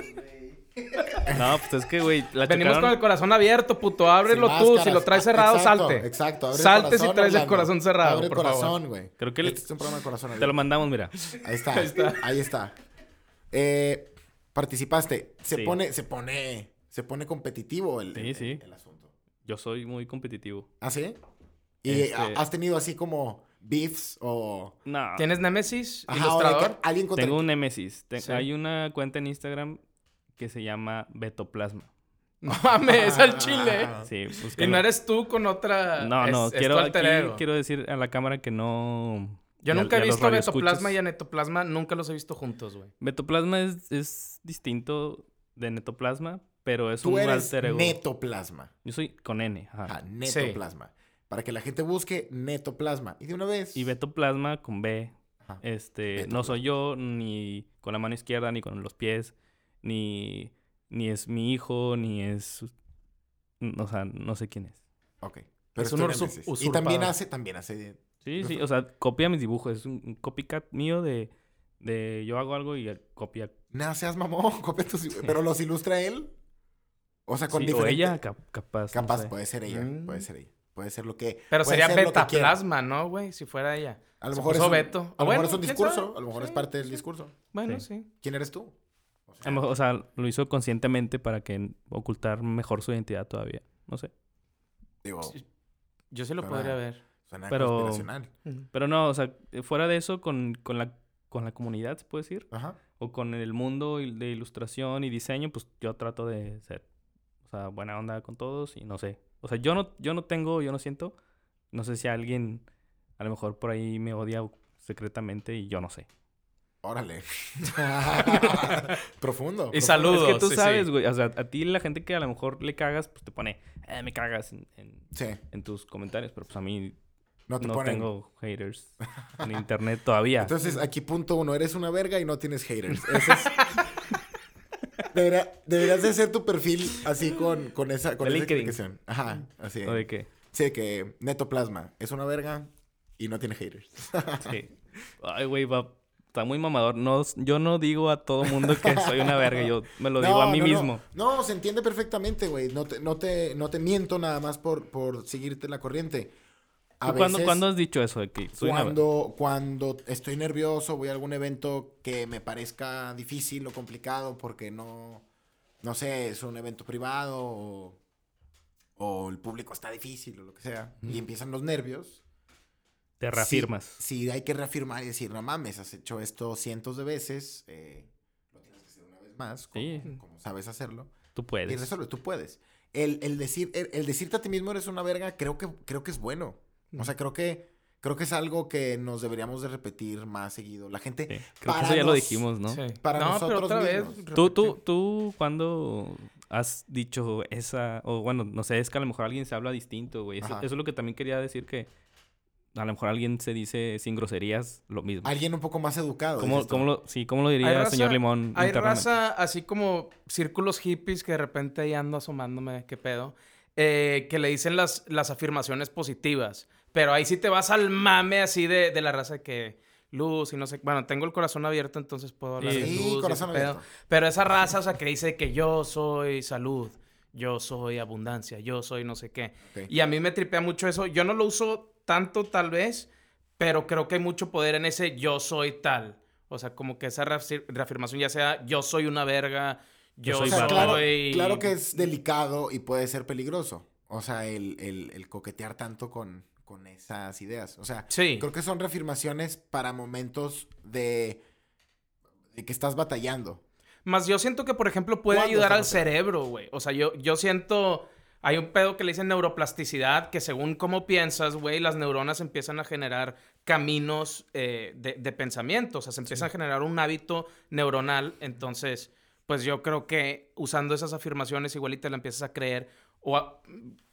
No, pues es que, güey, la
Venimos
chocaron-
con el corazón abierto, puto. Ábrelo
Sin
tú.
máscaras.
Si lo traes
Ah,
cerrado,
exacto,
salte.
Exacto. abre el
Salte si
corazón,
traes el
Orlando.
corazón cerrado,
Abre el
por favor.
corazón, güey.
Creo que el-
Este es un programa de corazón.
Te lo
Orlando.
mandamos, mira.
Ahí está. Ahí está. Eh, participaste. Se
Sí.
pone, se pone, se pone competitivo el,
Sí,
el-
sí.
el asunto.
Yo soy muy competitivo.
¿Ah, sí? ¿Y
Este-
ha- has tenido así como beefs o
No.
¿Tienes Nemesis?
Ajá, o de que
Ilustrador.
alguien contra
Tengo un Némesis. Te-
Sí.
Hay una cuenta en Instagram que se llama Betoplasma.
No mames, es al chile.
Ah.
Sí,
Y
búscalo.
no eres tú con otra.
No,
es-
no,
es tu
quiero,
alter
aquí
ego.
quiero decir a la cámara que no.
Yo
y a-
nunca
y
he
a los
visto a Betoplasma
radioescuchas.
y a Netoplasma, nunca los he visto juntos, güey.
Betoplasma es, es distinto de Netoplasma, pero es
Tú
un
eres Ah,
alter ego.
netoplasma.
Yo soy con N. ajá.
Ajá, netoplasma. Para que la gente busque netoplasma. Y de una vez.
Y Betoplasma con B.
Ajá.
Este, no soy yo ni con la mano izquierda, ni con los pies, ni, ni es mi hijo, ni es. O sea, no sé quién es.
Ok. Pero
Es
es
un
tu
ursu-
némesis. Y
usurpador.
también hace, también hace.
Sí, sí, o sea, copia mis dibujos. Es un un copycat mío de, de yo hago algo y él copia.
No seas mamón, copia tus- Pero los ilustra él. O sea, con
Sí, o
diferente-
ella, cap- capaz. no
Capaz, pues.
sé.
puede ser ella,
Mm.
puede ser ella. Puede ser lo que.
Pero
puede
sería
ser lo que quiera.
Betaplasma, ¿no, güey? Si fuera ella.
A lo
Se
mejor es
puso
un,
Beto.
A
Ah,
lo
bueno,
mejor es un
¿quién
discurso,
sabe?
a lo mejor
Sí,
es parte del
sí.
discurso.
Bueno,
Sí.
sí.
¿Quién eres tú? O sea,
A lo mejor, o sea, lo hizo conscientemente para que ocultar mejor su identidad todavía. No sé.
digo,
Sí. Yo sí lo
Suena-
podría ver.
suena
Pero-
conspiracional.
Pero no, o sea, eh, fuera de eso, con, con la, con la comunidad, se puede decir,
Ajá.
o con el mundo il- de ilustración y diseño, pues yo trato de ser, o sea, buena onda con todos y no sé. O sea, yo no, yo no tengo, yo no siento, no sé si alguien a lo mejor por ahí me odia secretamente y yo no sé.
Órale. Profundo.
Y
profundo.
saludos.
Es que tú
sí, sí.
sabes, güey, o sea, a ti la gente que a lo mejor le cagas, pues te pone, "Eh, me cagas en, en-
Sí,
en tus comentarios, pero pues a mí
no te
no
ponen.
tengo haters en internet todavía.
Entonces, aquí punto uno, eres una verga y no tienes haters. Ese es- Debería- deberías de hacer tu perfil así con, con esa, con
De
esa
LinkedIn.
explicación. Ajá, así.
¿O de qué?
Sí, que Neto Plasma es una verga y no tiene haters.
Sí. Ay, güey, va- Está muy mamador. No, yo no digo a todo mundo que soy una verga. Yo me lo digo a mí
no, no.
mismo.
No. se entiende perfectamente, güey. No te, no, te, no te miento nada más por, por seguirte la corriente. A
¿Tú ¿Cuándo,
veces,
cuándo has dicho eso de que soy una verga?
cuando, cuando estoy nervioso, voy a algún evento que me parezca difícil o complicado porque no, no sé, es un evento privado o, o el público está difícil o lo que sea. Y empiezan los nervios.
Te reafirmas.
Sí, sí, hay que reafirmar y decir, no mames, has hecho esto cientos de veces, eh, lo tienes que hacer una vez más, como,
Sí.
como sabes hacerlo.
Tú
Y
puedes.
resuelve, tú puedes. El, el decir, el, el decirte a ti mismo eres una verga, creo que, creo que es bueno. O sea, creo que, creo que es algo que nos deberíamos de repetir más seguido. La gente...
Sí. Creo que
para
eso ya lo
nos-
dijimos, ¿no?
Sí.
Para
no,
nosotros
pero otra
mismos.
vez.
¿Tú, tú, tú, ¿cuándo has dicho esa...? O bueno, no sé, es que a lo mejor alguien se habla distinto, güey. Eso,
Ajá.
eso es lo que también quería decir que... A lo mejor alguien se dice sin groserías lo mismo.
Alguien un poco más educado.
¿Cómo,
dices tú.
cómo lo, sí, ¿cómo lo diría
Hay
el
raza-
señor Limón
Hay
internamente?
raza, así como círculos hippies que de repente ahí ando asomándome, qué pedo, eh, que le dicen las, las afirmaciones positivas. Pero ahí sí te vas al mame así de, de la raza que luz y no sé. Bueno, tengo el corazón abierto, entonces puedo hablar
Sí.
de
Sí,
luz. y ese
corazón
pedo.
abierto.
Pero esa raza, o sea, que dice que yo soy salud, yo soy abundancia, yo soy no sé qué.
Ok.
Y a mí me tripea mucho eso. Yo no lo uso tanto, tal vez, pero creo que hay mucho poder en ese yo soy tal. O sea, como que esa reafir- reafirmación ya sea yo soy una verga, yo,
Yo
O
soy...
soy
sea, claro,
soy-
claro que es delicado y puede ser peligroso. O sea, el, el- el coquetear tanto con, con esas ideas. O sea,
Sí.
creo que son reafirmaciones para momentos de, de que estás batallando.
Más yo siento que, por ejemplo, puede
¿Cuándo
ayudar
se
al
nota?
cerebro, güey. O sea, yo, yo siento... Hay un pedo que le dicen neuroplasticidad, que según cómo piensas, güey, las neuronas empiezan a generar caminos eh, de, de pensamiento. O sea, se empieza a generar un hábito neuronal. Entonces, pues yo creo que usando esas afirmaciones igual y te la empiezas a creer. O a-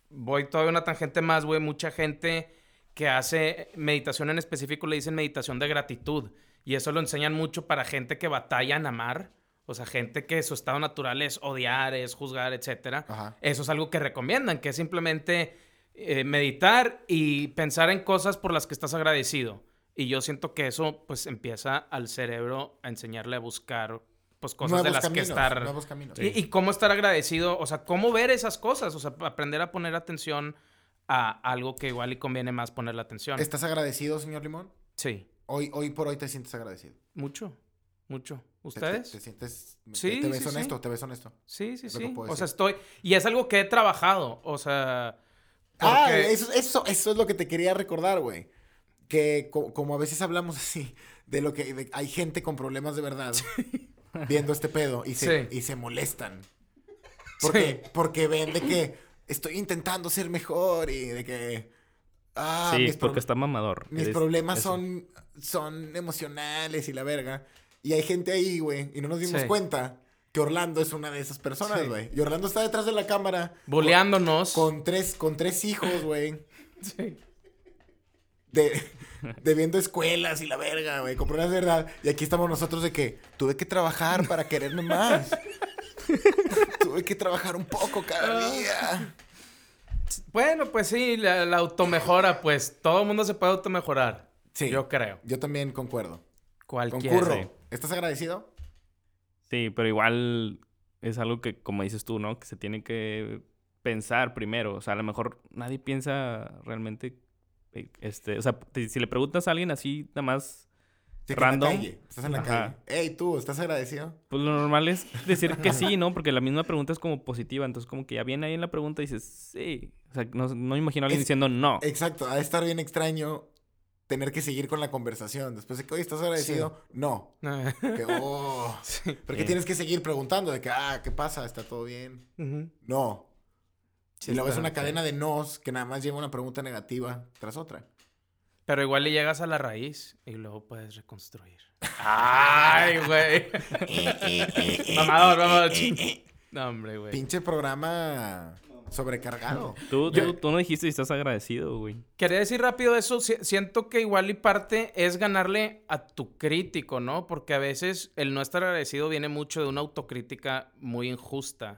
voy todavía una tangente más, güey. Mucha gente que hace meditación en específico le dicen meditación de gratitud. Y eso lo enseñan mucho para gente que batalla en amar. O sea, gente que su estado natural es odiar, es juzgar, etcétera.
Ajá.
Eso es algo que recomiendan, que es simplemente eh, meditar y pensar en cosas por las que estás agradecido. Y yo siento que eso pues empieza al cerebro a enseñarle a buscar pues cosas de las
caminos,
que estar...
Nuevos caminos.
Y, y cómo estar agradecido, o sea, cómo ver esas cosas, o sea, aprender a poner atención a algo que igual y conviene más poner la atención.
¿Estás agradecido, señor Limón?
Sí,
Hoy, hoy por hoy te sientes agradecido.
mucho, mucho.
Te- te-
¿Ustedes?
Te, sientes.
Sí,
te ves
sí, sí.
honesto, te ves honesto.
Sí, sí,
es lo que
sí.
puedo
O sea,
decir.
estoy... Y es algo que he trabajado, o sea...
Ah,
porque-
eso, eso, eso es lo que te quería recordar, güey. Que co- como a veces hablamos así, de lo que de- hay gente con problemas de verdad viendo este pedo y se,
Sí.
y se molestan. Porque, porque ven de que estoy intentando ser mejor y de que. Ah,
sí,
mis,
porque
pro-
está mamador.
mis
Es-
problemas
eso.
son, son emocionales y la verga. Y hay gente ahí, güey, y no nos dimos
Sí.
cuenta que Orlando es una de esas personas,
Sí.
güey. Y Orlando está detrás de la cámara.
Boleándonos.
Con tres, con tres hijos, güey.
Sí.
De, debiendo escuelas y la verga, güey. Compró la verdad. Y aquí estamos nosotros de que tuve que trabajar para quererme más. tuve que trabajar un poco
Ah.
cada día.
Bueno, pues sí, la, la automejora, pues todo el mundo se puede automejorar.
Sí.
Yo creo.
Yo también concuerdo.
Cualquiera.
Concurro.
sí.
¿Estás agradecido?
Sí, pero igual es algo que, como dices tú, ¿no? Que se tiene que pensar primero. O sea, a lo mejor nadie piensa realmente. eh, Este, o sea, te- si le preguntas a alguien así, nada más,
Sí, que
Random.
En la calle. Estás en la
Ajá.
calle. Ey, tú, ¿estás agradecido?
pues lo normal es decir que sí, ¿no? Porque la misma pregunta es como positiva. Entonces, como que ya viene ahí en la pregunta y dices, sí. O sea, no, no imagino a alguien
Es-
diciendo no.
Exacto. Ha de estar bien extraño tener que seguir con la conversación. Después de que, oye, ¿estás agradecido? No. Que, oh.
Sí.
Porque
Sí.
tienes que seguir preguntando de que, ah, ¿qué pasa? ¿Está todo bien?
Ujú.
No.
Sí,
y luego es
está-
una cadena de nos que nada más lleva una pregunta negativa tras otra.
Pero igual le llegas a la raíz y luego puedes reconstruir. ¡Ay, güey! mamador, mamador. No, hombre, güey.
Pinche programa sobrecargado.
Tú, tú, tú no dijiste si estás agradecido, güey.
Quería decir rápido eso. si- Siento que igual y parte es ganarle a tu crítico, ¿no? Porque a veces el no estar agradecido viene mucho de una autocrítica muy injusta.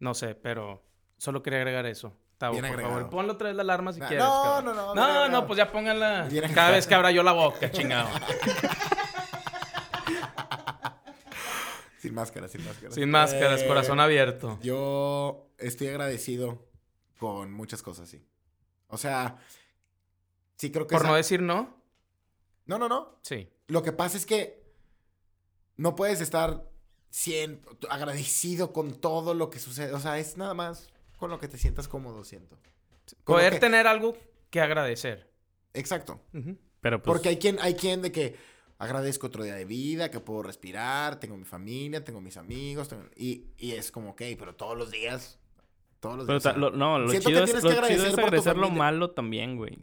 No sé, pero solo quería agregar eso. Tavo,
Bien
por favor,
agregado.
ponle otra vez la alarma si
No,
quieres.
no,
cabrón.
no, no, bien
No,
agregado.
no, pues ya pónganla
Bien
cada
agregado.
vez que abra yo la boca, chingado.
Sin máscaras, sin máscaras.
Sin máscaras,
Eh,
corazón abierto.
Yo estoy agradecido con muchas cosas, sí. O sea, sí creo que...
Por
esa-
no decir no,
no, no, no.
sí.
Lo que pasa es que no puedes estar 100 agradecido con todo lo que sucede. O sea, es nada más con lo que te sientas cómodo, siento. Con lo
Poder
que-
tener algo que agradecer.
Exacto.
Ujú.
Pero pues.
Porque hay quien, hay quien de que agradezco otro día de vida, que puedo respirar, tengo mi familia, tengo mis amigos, tengo- y, y es como, ok, pero todos los días, todos los
pero
días.
ta-
Pues, o sea,
lo- no, lo
siento que
chido, es,
tienes
lo
que
chido es
agradecer por tu
agradecer lo
familia.
malo también, güey.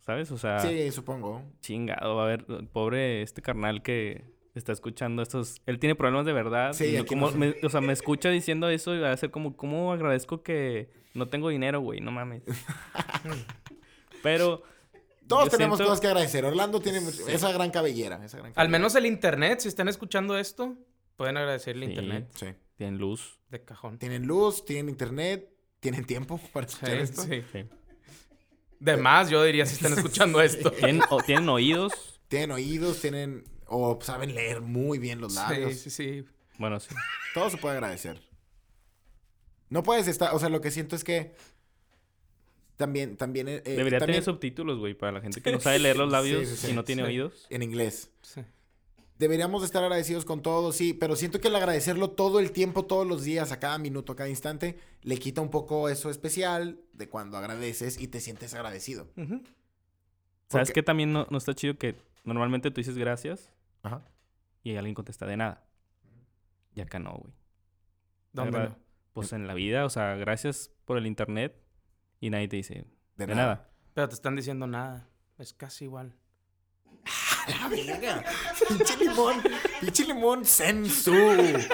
¿Sabes? O sea.
Sí, supongo.
Chingado, a ver, pobre este carnal que está escuchando estos. Él tiene problemas de verdad.
Sí,
no
aquí
como-
no sé.
me- o sea, me escucha diciendo eso y va a ser como, ¿cómo agradezco que no tengo dinero, güey? No mames. Pero.
Todos
yo
tenemos
siento-
cosas que agradecer. Orlando tiene mucho- esa gran cabellera, esa gran
Al
cabellera.
menos el internet, si están escuchando esto, pueden agradecerle
Sí.
internet
Sí.
Tienen luz.
de cajón.
Tienen luz, tienen internet, tienen tiempo para escuchar
Sí,
esto.
sí.
sí.
De más, yo diría si están escuchando esto.
Tienen, o- tienen oídos.
Tienen oídos, tienen... O saben leer muy bien los labios.
Sí, sí, sí.
Bueno, sí.
Todo se puede agradecer. No puedes estar, o sea, lo que siento es que también, también, eh, eh,
Debería
también-
tener subtítulos, güey, para la gente que no sabe leer los labios
Sí, sí, sí,
y no tiene
sí.
oídos.
en inglés.
sí.
Deberíamos de estar agradecidos con todo, sí, pero siento que el agradecerlo todo el tiempo, todos los días, a cada minuto, a cada instante, le quita un poco eso especial de cuando agradeces y te sientes agradecido.
Ujú.
¿Sabes
Porque-
qué también no, no está chido que normalmente tú dices gracias
Ajá.
y alguien contesta de nada? Y acá no, güey.
¿Dónde
¿Verdad?
no?
Pues en la vida, o sea, gracias por el internet y nadie te dice
De,
de,
nada.
nada.
Pero te están diciendo nada. Es casi igual.
¡A la Ah, verga! ¡Pinche limón! ¡Pinche limón sensu! Eh,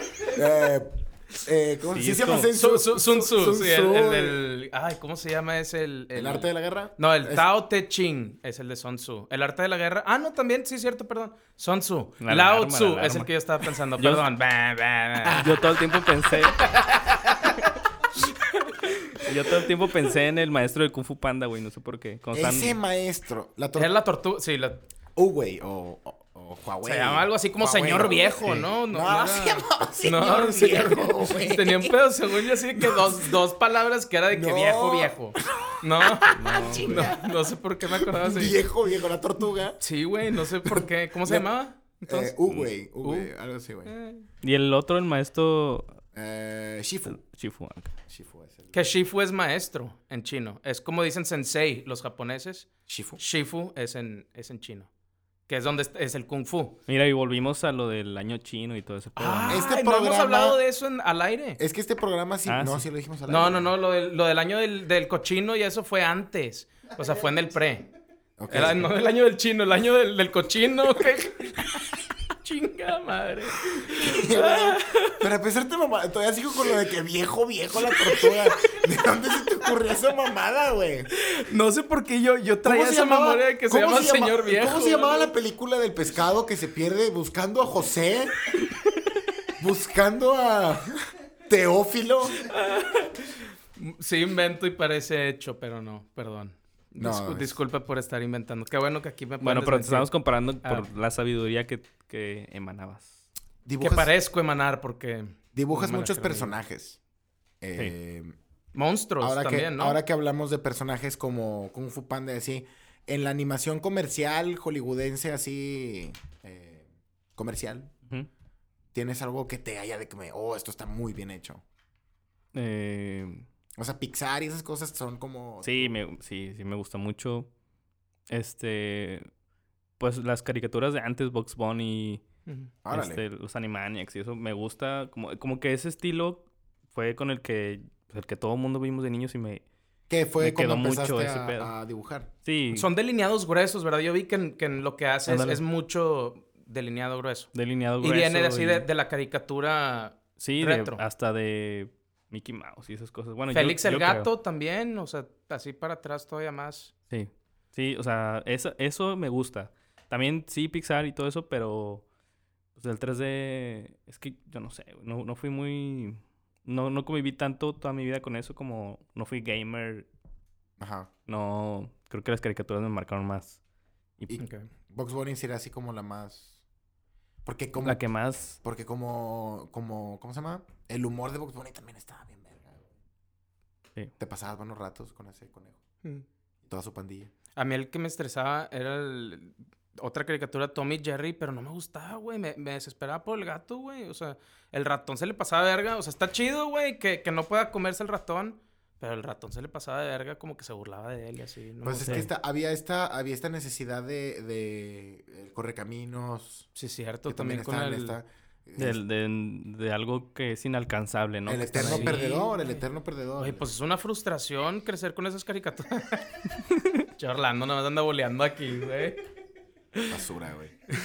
eh, ¿Cómo
Sí,
sí
es
se llama
como-
sensu?
Sun, Sun- Sun Tzu,
Sun
sí, el,
Tzu,
el del- Ay, ¿cómo se llama? Es el...
¿El arte de la guerra?
No, el
Es-
Tao Te Ching es el de Sun Tzu. El arte de la guerra. Ah, no, también, sí, cierto, perdón. Sun Tzu.
La
Lao
alarma,
Tzu
la
es el
alarma.
que yo estaba pensando.
Yo-
Perdón. Bah, bah, bah.
Yo todo el tiempo pensé. Yo todo el tiempo pensé en el maestro de Kung Fu Panda, güey, no sé por qué. Con San-
Ese maestro, la
Es
tortuga.
la tortuga. Sí, la...
Uwey o, o, o Huawei.
Se llama algo así como
Huawei.
señor viejo, ¿no?
No,
era-
se llamaba
No,
señor
señor-
viejo, güey.
Tenía un pedo, según yo, así de que dos, dos palabras que era de que
No. Ah,
viejo, viejo. No, no, no sé por qué me acordaba así.
Viejo, viejo, la tortuga.
Sí, güey, no sé por qué. ¿Cómo se
No.
llamaba?
Eh,
Entonces,
Uwey, Uwey,
U.
algo así, güey.
eh,
Y el otro, el maestro
Eh, Shifu.
Shifu. ah,
Shifu es el...
que Shifu es maestro en chino. Es como dicen sensei los japoneses.
Shifu.
Shifu es en, es en chino. Que es donde est- es el kung fu.
Mira, y volvimos a lo del año chino y todo ese pedo.
Ah,
¿no?
Este
este no hemos
programa-
hablado de eso en- al aire.
Es que este programa sí...
Ah,
no,
sí.
sí. lo dijimos al
No,
aire.
no, no, lo, del- lo del año del, del cochino y eso fue antes. O sea, fue en el pre.
Ok.
Era- no del año del chino, el año del, del cochino. que- Chinga madre. Ah.
Pero a pesar de mamá, todavía sigo con lo de que viejo, viejo la tortuga. ¿De dónde se te ocurrió esa mamada, güey?
No sé por qué yo, yo traía esa memoria de que se
cómo
llama
llama-
señor viejo.
¿Cómo se llamaba la película del pescado que se pierde buscando a José? buscando a Teófilo.
Sí, invento y parece hecho, pero no, perdón.
No,
Discu-
es-
Disculpa por estar inventando. Qué bueno que aquí me
Bueno,
pueden
pero te
desmentir.
estamos comparando
Ah.
por la sabiduría que, que emanabas.
Que
Dibujas,
parezco emanar porque.
dibujas
no me la
muchos
creo.
personajes. Eh,
Monstruos
ahora, que,
también, ¿no?
ahora que hablamos de personajes como Kung Fu Panda y así, en la animación comercial hollywoodense así eh, comercial,
Ujú.
¿tienes algo que te haya de que me, oh, esto está muy bien hecho?
Eh,
O sea, Pixar y esas cosas son como...
sí, me, sí, sí, me gusta mucho. Este. Pues las caricaturas de antes, Box Bunny,
Ujú.
Órale.
este, los Animaniacs y eso, me gusta. Como, como que ese estilo fue con el que, el que todo el mundo vimos de niños y me.
Que fue
Me
cuando
quedó mucho
empezaste
ese pedo.
a, a dibujar.
Sí,
Son delineados gruesos, ¿verdad? Yo vi que en, que en lo que hace es,
Ándale.
es mucho delineado grueso.
delineado
y viene de-
grueso
así
y-
de, de la caricatura.
Sí, de-
retro.
hasta de Mickey Mouse y esas cosas. Bueno, yo-
Félix el
yo creo.
gato también, o sea, así para atrás todavía más.
Sí, sí, o sea, eso, eso me gusta. También sí, Pixar y todo eso, pero pues, el 3D, es que yo no sé, güey, no, no fui muy... No, no conviví tanto toda mi vida con eso como no fui gamer,
Ajá.
no... Creo que las caricaturas me marcaron más. Y,
Y
pues,
Box Bunny era así como la más... Porque como...
la que más...
Porque como, como... ¿Cómo se llama? El humor de Box Bunny también estaba bien verga. güey.
Sí.
Te pasabas buenos ratos con ese conejo. Toda su pandilla.
Mm. A mí el que me estresaba era el- otra caricatura, Tommy y Jerry, pero no me gustaba, güey. Me, me desesperaba por el gato, güey. O sea, el ratón se le pasaba de verga. O sea, está chido, güey, que, que no pueda comerse el ratón. Pero el ratón se le pasaba de verga, como que se burlaba de él y así. No me
pues es
gustaba.
que
sé.
esta, había, esta, había esta necesidad de... de el correcaminos.
Sí, cierto,
que
también, con
estaba
el...
en esta-
del- De, de algo que es inalcanzable, ¿no?
el
Que están
eterno
ahí.
perdedor, el
güey.
eterno perdedor.
Güey, pues es una frustración crecer con esas caricaturas. Che, Orlando nada más anda boleando aquí, güey.
Basura, güey.
Este,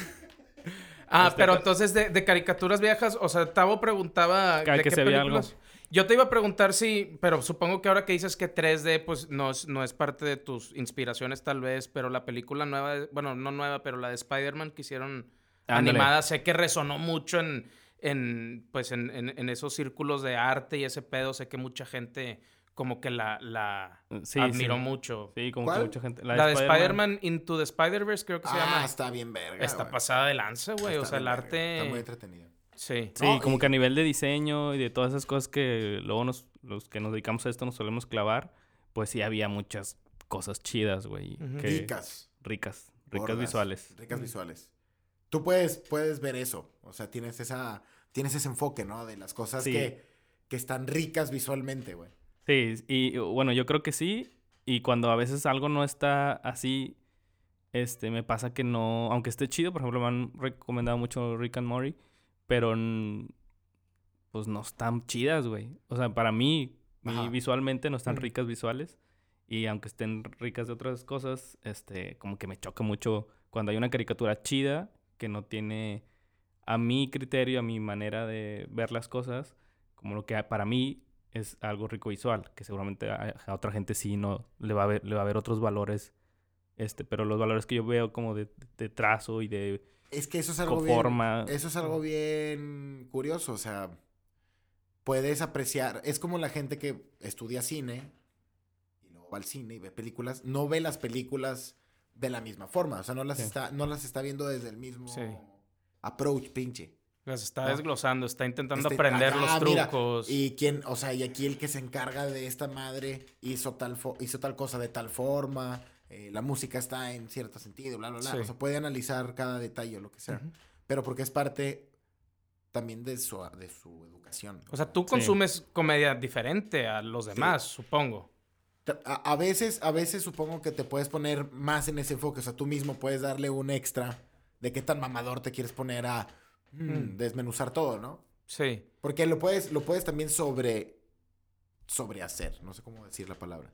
Ah, pero entonces de, de caricaturas viejas, o sea, Tavo preguntaba
Que-
de
que
qué
se vea algo.
películas. Yo te iba a preguntar si, pero supongo que ahora que dices que 3D, pues no es, no es parte de tus inspiraciones tal vez, pero la película nueva, de- bueno, no nueva, pero la de Spider-Man que hicieron
Ándale.
animada, sé que resonó mucho en, en pues en, en- en esos círculos de arte y ese pedo, sé que mucha gente como que la, la
Sí,
admiró
sí.
mucho.
Sí, como
¿Cuál?
que mucha gente...
La, de Spider-Man Into the Spider-Verse creo que se
Ah,
llama.
está bien verga,
Está
güey.
pasada de lanza, güey. O
Está
sea, el
bien verga.
arte...
Está muy entretenido.
Sí.
Sí,
No,
como
y-
que a nivel de diseño y de todas esas cosas que luego nos, los que nos dedicamos a esto nos solemos clavar, pues sí había muchas cosas chidas, güey.
Ujú.
que-
Ricas.
Ricas. Ricas
gordas,
visuales.
Ricas
Mm.
visuales. Tú puedes, puedes ver eso. O sea, tienes esa. Tienes ese enfoque, ¿no? De las cosas
Sí.
que, que están ricas visualmente, güey.
Sí, y bueno, yo creo que sí. Y cuando a veces algo no está así, este, me pasa que no, aunque esté chido, por ejemplo, me han recomendado mucho Rick and Morty, pero mm, pues no están chidas, güey. O sea, para mí, mi-
Ajá.
visualmente no están
Ujú.
ricas visuales. Y aunque estén ricas de otras cosas, este, como que me choca mucho cuando hay una caricatura chida que no tiene a mi criterio, a mi manera de ver las cosas, como lo que a- para mí es algo rico visual, que seguramente a, a otra gente sí no le va a ver, le va a ver otros valores, este, pero los valores que yo veo como de, de trazo y de
Es que eso es algo
conforma.
bien. Eso es algo bien curioso. O sea, puedes apreciar. Es como la gente que estudia cine y luego va al cine y ve películas. No ve las películas de la misma forma. O sea, no las,
Sí.
está, no las está viendo desde el mismo
Sí.
approach, pinche.
Las está
Ah.
desglosando, está intentando
Este,
aprender
ah,
los
mira,
trucos.
y quién, o sea, y aquí el que se encarga de esta madre hizo tal, fo- hizo tal cosa de tal forma, eh, la música está en cierto sentido, bla, bla, bla.
Sí.
O sea, puede analizar cada detalle o lo que sea.
Ujú.
Pero porque es parte también de su, de su educación.
O sea, tú consumes comedia diferente a los demás, supongo.
Te- A, a veces, a veces supongo que te puedes poner más en ese enfoque. O sea, tú mismo puedes darle un extra de qué tan mamador te quieres poner a mm,
Mm.
desmenuzar todo, ¿no?
Sí.
Porque lo puedes, lo puedes también sobre. sobrehacer. No sé cómo decir la palabra.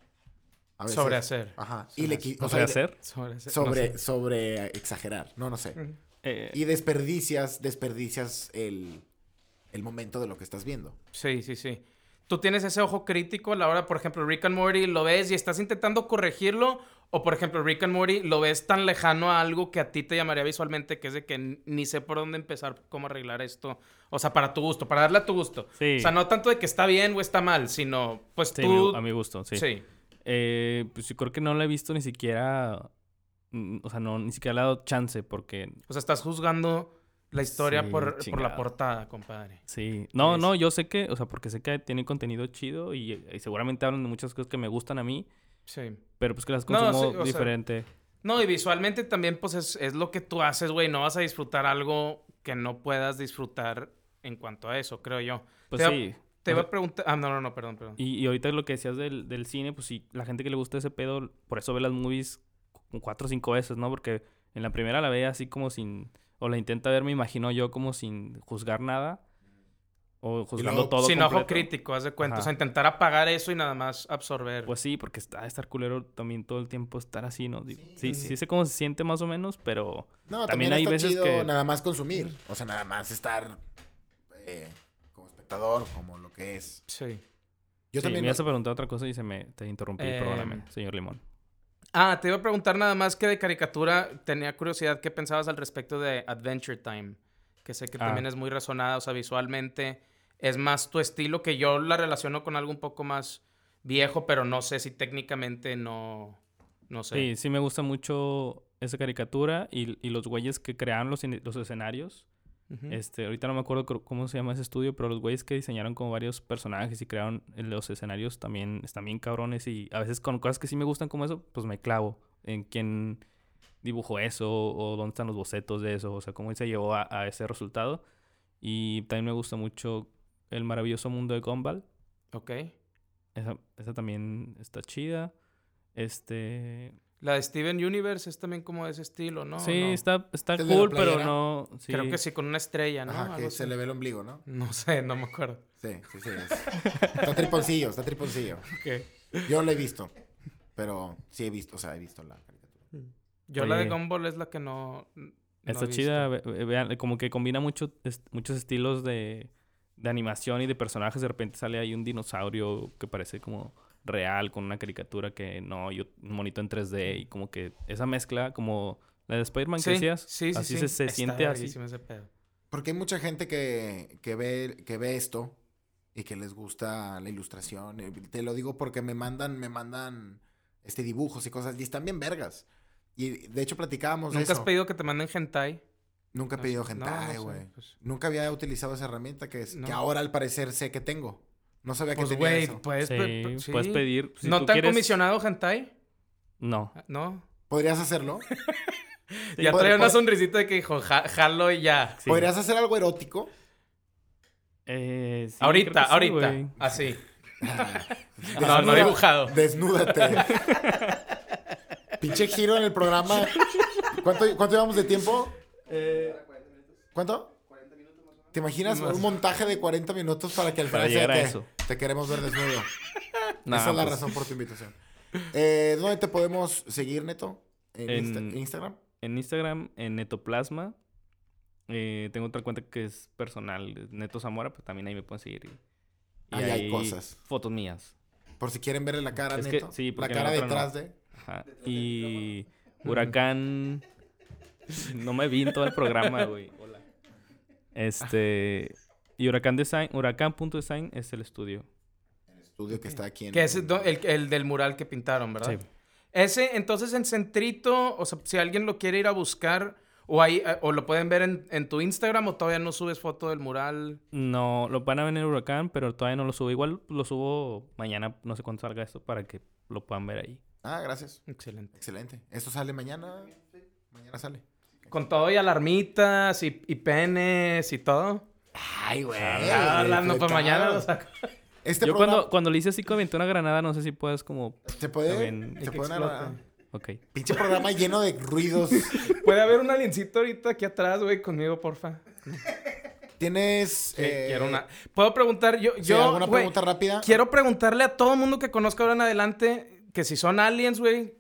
A veces-
Sobrehacer.
Ajá.
Se
Y
me
le
hace-
qui-
O
o sea, y le-
sea, hacer.
Sobrehacer. no
Sobre,
sé.
sobre exagerar. No, no sé.
Ujú.
eh,
Y desperdicias, desperdicias el, el momento de lo que estás viendo.
Sí, sí, sí. ¿Tú tienes ese ojo crítico a la hora, por ejemplo, Rick and Morty, lo ves y estás intentando corregirlo? O, por ejemplo, Rick and Morty, lo ves tan lejano a algo que a ti te llamaría visualmente, que es de que n- ni sé por dónde empezar, cómo arreglar esto. O sea, para tu gusto, para darle a tu gusto.
Sí.
O sea, no tanto de que está bien o está mal, sino, pues
sí,
tú...
mi- a mi gusto, sí.
sí.
Eh, pues yo creo que no la he visto ni siquiera. mm, O sea, no, ni siquiera le he dado chance porque.
O sea, estás juzgando la historia
Sí,
por, por la
chingado.
portada, compadre.
Sí. No,
Es-
no, yo sé que. O sea, porque sé que tiene contenido chido y, y seguramente hablan de muchas cosas que me gustan a mí,
Sí.
pero pues que las
No, sí,
consumo
o sea,
diferente.
No, y visualmente también, pues, es, es lo que tú haces, güey. No vas a disfrutar algo que no puedas disfrutar en cuanto a eso, creo yo.
pues
te-
sí.
Te
O
iba
sea-
a preguntar... Ah, no, no, no, perdón, perdón.
Y, y ahorita lo que decías del, del cine, pues sí, la gente que le gusta ese pedo, por eso ve las movies cu- cuatro o cinco veces, ¿no? Porque en la primera la ve así como sin. O la intenta ver, me imagino yo, como sin juzgar nada. O juzgando
luego,
todo.
Sin ojo
completo.
crítico, haz de cuenta.
Ajá.
O sea, intentar apagar eso y nada más absorber.
Pues sí, porque está estar culero también todo el tiempo estar así, ¿no? Digo, sí,
Sí.
sí, sé cómo se siente más o menos, pero
No,
También
también,
hay
está
veces
chido
que-
nada más consumir. O sea, nada más estar eh, como espectador, como lo que es.
Sí.
Yo
sí,
también.
me ibas a preguntar otra cosa y se me te interrumpí,
Em,
perdóname, señor Limón.
Ah, te iba a preguntar nada más que de caricatura. Tenía curiosidad qué pensabas al respecto de Adventure Time. Que sé que
Ah.
también es muy razonada, o sea, visualmente es más tu estilo que yo la relaciono con algo un poco más viejo, pero no sé si técnicamente no. No sé.
Sí, sí me gusta mucho esa caricatura y, y los güeyes que crearon los, in- los escenarios.
Ujú.
Este, ahorita no me acuerdo cro- cómo se llama ese estudio, pero los güeyes que diseñaron como varios personajes y crearon eh, los escenarios también están bien cabrones y a veces con cosas que sí me gustan como eso, pues me clavo en quién dibujó eso o dónde están los bocetos de eso, o sea, cómo se llevó a, a ese resultado. Y también me gusta mucho El maravilloso mundo de Gumball.
Ok.
Esa, esa también está chida. Este,
La de Steven Universe es también como de ese estilo, ¿no?
sí,
¿No?
está está
¿Es de la
cool, pero
playera?
no sí.
Creo que sí, con una estrella, ¿no?
Ajá,
Algo
que
así.
se le ve el ombligo, ¿no?
No sé, no me acuerdo.
Sí, sí, sí. es. Está triponcillo, está triponcillo.
Ok.
Yo lo he visto. Pero sí he visto, o sea, he visto la caricatura.
Yo la de
Oye.
Gumball es la que no. no he
Está
visto.
chida, ve- ve- vean, como que combina mucho, est- muchos estilos de, de animación y de personajes. De repente sale ahí un dinosaurio que parece como real con una caricatura que no, y un monito en 3D y como que esa mezcla, como la de Spider-Man que
Sí,
decías,
sí, sí,
así
sí.
se, se
Está
siente así.
verguísima ese pedo.
Porque hay mucha gente que, que, ve, que ve esto y que les gusta la ilustración. Eh, Te lo digo porque me mandan, me mandan este dibujos y cosas. Y están bien vergas. Y de hecho platicábamos de
¿Nunca
Pues
has
eso.
pedido que te manden hentai?
Nunca he
No,
pedido
no,
hentai,
no sé,
güey.
pues.
Nunca había utilizado esa herramienta que, es,
No.
que ahora al parecer sé que tengo. No sabía que
Pues,
tenía
güey,
eso.
puedes,
Sí,
pe- pe-
puedes
sí.
pedir. si
¿No
tú
te han
quieres-
comisionado hentai? Ah,
No.
¿No?
¿Podrías hacerlo? puede-
ya traía una
puede-
sonrisita de que dijo, "Ja- jalo y ya.
Sí.
¿Podrías hacer algo erótico?
Eh, sí, creo que
ahorita,
sí,
ahorita.
güey.
Así. No,
Desnuda-
no dibujado.
Desnúdate. Pinche giro en el programa. ¿Cuánto, cuánto llevamos de tiempo? Eh, ¿Cuánto? 40 minutos ¿Te imaginas
Más.
un montaje de 40 minutos para que al
Para
final
llegar a
te,
eso.
te queremos ver desnudo?
Nah,
Esa es la
pues,
razón por tu invitación. Eh, ¿Dónde te podemos seguir, Neto? ¿En,
En-
Insta- Instagram?
En Instagram, en Netoplasma. Eh, tengo otra cuenta que es personal, Neto Zamora, pues también ahí me pueden seguir. Y, y
Ahí hay cosas.
Fotos mías.
Por si quieren verle la cara, a
Es que-
Neto.
sí,
la
porque en
cara
la otra
detrás
no.
de...
Ajá. Y Huracán. No me vi en todo el programa, güey. Hola. Este. Y Huracán Design, Huracán.design es el estudio.
Estudio que está aquí en...
Que es do- el, el del mural que pintaron, ¿verdad?
Sí.
Ese, entonces en Centrito, o sea, si alguien lo quiere ir a buscar, o, ahí, eh, o lo pueden ver en, en tu Instagram, o todavía no subes foto del mural.
No, lo van a ver en el huracán, pero todavía no lo subo. Igual lo subo mañana, no sé cuándo salga esto, para que lo puedan ver ahí.
Ah, gracias.
Excelente.
Excelente. Esto sale mañana. Mañana sale.
Con todo y alarmitas y, y penes y todo.
Ay, güey.
Ah, hablando para mañana lo saco.
Este
Yo
programa
cuando, cuando le hice así que aventé una granada, no sé si puedes como...
se puede.
También-
Se
que
puede
explota.
una-
Ok.
Pinche programa lleno de ruidos.
Puede haber un aliencito ahorita aquí atrás, güey, conmigo, porfa.
Tienes.
Sí,
eh,
quiero una. Puedo preguntar, yo,
sí,
yo
¿Alguna
güey,
pregunta rápida?
quiero preguntarle a todo mundo que conozca ahora en adelante que si son aliens, güey,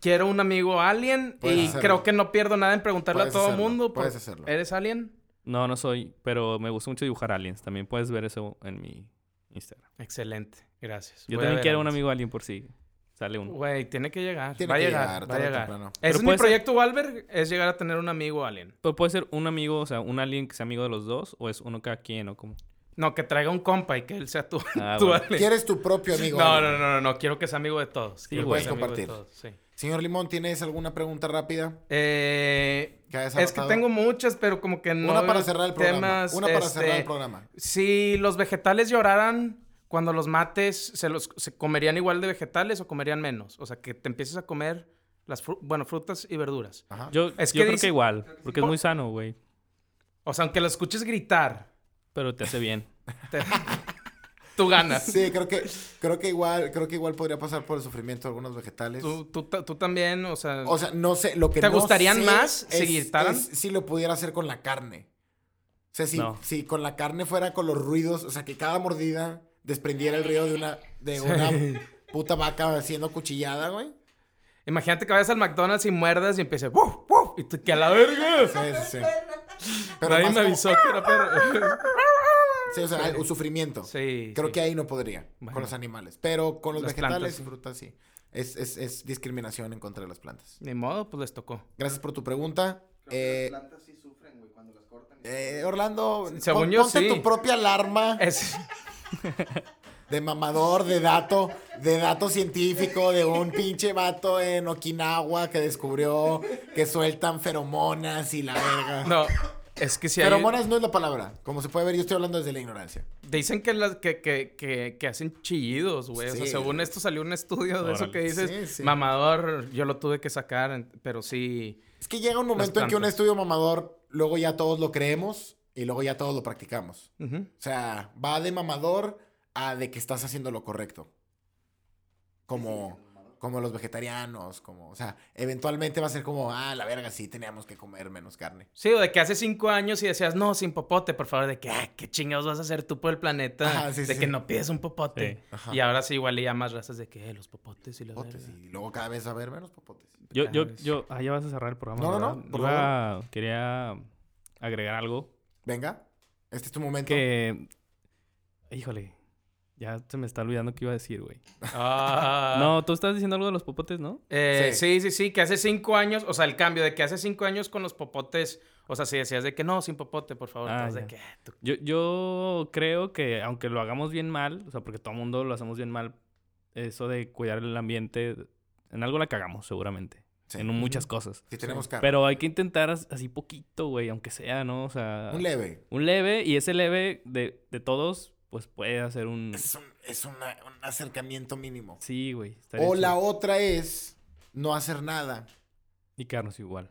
quiero un amigo alien
Puedes
y
hacerlo.
creo que no pierdo nada en preguntarle
Puedes
a todo
hacerlo,
mundo.
puedes
por-
hacerlo.
¿Eres alien?
No, no soy, pero me gusta mucho dibujar aliens. También puedes ver eso en mi Instagram.
Excelente, gracias.
Yo
Voy a
también
ver
quiero un
aliens.
amigo alien por si sale uno.
Güey, tiene que llegar.
Tiene
va a
que
llegar,
llegar,
va a
tarde o
llegar.
temprano.
Ese
Pero
es mi
puede ser-
proyecto, Walber, es llegar a tener un amigo alien.
Pero puede ser un amigo, o sea, un alien que sea amigo de los dos, o es uno cada quien, o como.
No, que traiga un compa y que él sea tu,
Ah,
tu
bueno.
alien.
¿Quieres tu propio amigo?
No,
Ale?
no, no, no, no, quiero que sea amigo de todos. Quiero que
güey.
sea amigo de
Compartir.
todos, sí.
Señor Limón, ¿tienes alguna pregunta rápida?
Eh,
que hayas
es que
anotado?
tengo muchas, pero como que no.
Una para
veo
cerrar el programa.
temas,
una para cerrar el
este,
programa.
Si los vegetales lloraran cuando los mates, ¿se, los, ¿se comerían igual de vegetales o comerían menos? O sea, que te empieces a comer las fru- bueno, frutas y verduras.
Ajá.
Yo,
Es
yo
que
creo
dice-
que igual, porque es muy sano, güey.
O sea, aunque lo escuches gritar,
Pero te hace bien.
te- tú ganas.
Sí, creo que, creo que igual, creo que igual podría pasar por el sufrimiento de algunos vegetales.
Tú, tú ta- tú también, o sea.
O sea, no sé, lo que
¿Te
no
gustarían
sé
más
es-
si gritaran?
es si lo pudiera hacer con la carne. O sea, si,
No.
si con la carne fuera con los ruidos, o sea, que cada mordida desprendiera el ruido de una, de una puta vaca siendo cuchillada, güey.
Imagínate que vayas al McDonald's y muerdas y empieces. "Wuf, wuf", Y tú, que a la verga.
Sí, sí, sí. Pero
Nadie
más
me
como-
avisó que era perro.
sí, o sea, hay un sufrimiento.
Sí.
Creo
sí.
que ahí no podría,
Bueno.
con los animales. Pero con los
Las
vegetales
plantas,
y
sí.
frutas, sí. Es, es, es discriminación en contra de las plantas.
Ni modo, pues les tocó.
Gracias por tu pregunta. Eh,
las plantas sí sufren, güey, cuando las cortan. y-
eh, Orlando,
Según
pon-
yo,
ponte
sí.
tu propia alarma.
Es-
De mamador, de dato, de dato científico, de un pinche vato en Okinawa que descubrió que sueltan feromonas y la verga.
no, es que si hay...
feromonas no es la palabra. Como se puede ver, yo estoy hablando desde la ignorancia.
Dicen que, las, que, que, que, que hacen chillidos, güey. O sea,
Sí.
según esto salió un estudio de eso
Órale.
que dices,
Sí, sí.
mamador, yo lo tuve que sacar, en- pero sí...
Es que llega un momento en que un
plantas.
estudio mamador, luego ya todos lo creemos y luego ya todos lo practicamos.
Ujú.
O sea, va de mamador a de que estás haciendo lo correcto. Como, como los vegetarianos, como, o sea, eventualmente va a ser como, ah, la verga, sí, teníamos que comer menos carne.
Sí, o de que hace cinco años y decías, no, sin popote, por favor, de que, ah, qué chingados vas a hacer tú por el planeta,
Ajá, sí,
de
sí.
que no pides un popote.
Sí.
Ajá.
Y ahora sí igual y ya más razas de que, eh, los popotes y los...
popotes, y luego cada vez va a haber menos popotes.
Yo, yo,
Vegetales.
yo. Ah, ya vas a cerrar el programa.
No, no, no,
¿verdad?
por
Iba- Quería agregar algo
Venga, este es tu momento.
que. Híjole. Ya se me está olvidando qué iba a decir, güey.
Ah.
No, tú estás diciendo algo de los popotes, ¿no?
Eh,
Sí.
sí. sí, sí, que hace cinco años, o sea, el cambio de que hace cinco años con los popotes, o sea, si decías de que no, sin popote, por favor,
Ah,
entonces de
ya.
que, tú-
Yo, yo creo que aunque lo hagamos bien mal, o sea, porque todo el mundo lo hacemos bien mal, eso de cuidar el ambiente, en algo la cagamos seguramente,
Sí.
en muchas cosas.
Si tenemos carne.
Pero hay que intentar as- así poquito, güey, aunque sea, ¿no? O sea,
un leve.
un leve, y ese leve de, de todos, pues puede hacer un...
Es un, es una- un acercamiento mínimo.
Sí, güey. estaría
O la
chido.
otra es no hacer nada
Y quedarnos igual.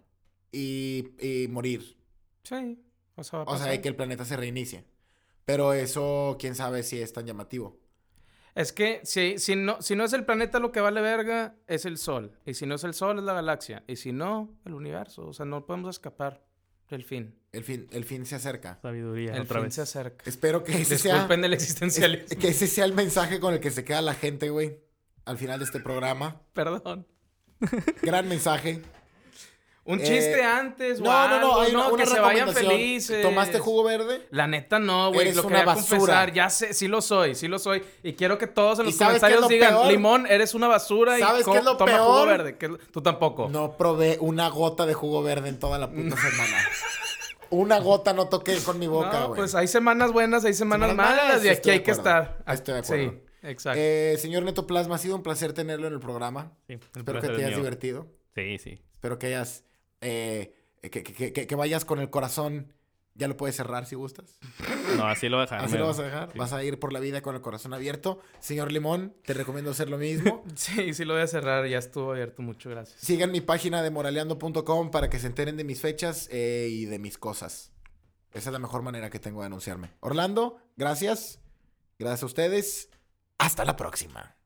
y, y morir.
sí, o sea, va a
O sea,
pasar.
y que el planeta se reinicie. Pero eso, quién sabe si es tan llamativo.
es que si, si, no, si no es el planeta lo que vale verga, es el sol, y si no es el sol, es la galaxia, y si no, el universo, o sea, no podemos escapar del fin,
El fin, el fin se acerca.
Sabiduría,
el
otra
fin
vez.
se acerca.
Espero que ese, sea,
Disculpen el
es-
existencialismo,
que ese sea el mensaje con el que se queda la gente, güey. Al final de este programa.
perdón.
Gran mensaje.
Un
Eh,
chiste antes, o
No, no, no.
algo,
Hay una, una
que se vayan
recomendación.
felices.
¿Tomaste jugo verde?
La neta no, güey.
Eres
Lo
una
quería
basura.
confesar. Ya sé, sí lo soy, sí lo soy. Y quiero que todos en
¿Y
los
sabes qué es
comentarios
lo
digan,
peor?
Limón, eres una basura y
¿Sabes
co-
qué es lo
toma jugo
peor?
verde. que es lo- Tú tampoco.
No probé una gota de jugo verde en toda la puta semana. Una gota no toqué con mi boca,
No,
güey.
pues hay semanas buenas, hay semanas,
Semanas
malas
malas,
y
estoy
aquí
de
hay que
acuerdo.
estar.
Estoy de acuerdo.
Sí. Exacto.
Eh, señor Neto Plasma, ha sido un placer tenerlo en el programa.
Sí, el
Espero que
placer
te
es
hayas
mío.
divertido.
Sí, sí.
Espero que hayas. eh, que, que- que- que vayas con el corazón. Ya lo puedes cerrar si gustas.
No, así lo voy a dejar.
Así
Ah, mira.
lo vas a dejar.
Sí.
Vas a ir por la vida con el corazón abierto. Señor Limón, te recomiendo hacer lo mismo.
Sí, sí lo voy a cerrar. Ya estuvo abierto. Mucho gracias.
Sigan mi página de moraleando.com para que se enteren de mis fechas eh, y de mis cosas. Esa es la mejor manera que tengo de anunciarme. Orlando, gracias. Gracias a ustedes. Hasta la próxima.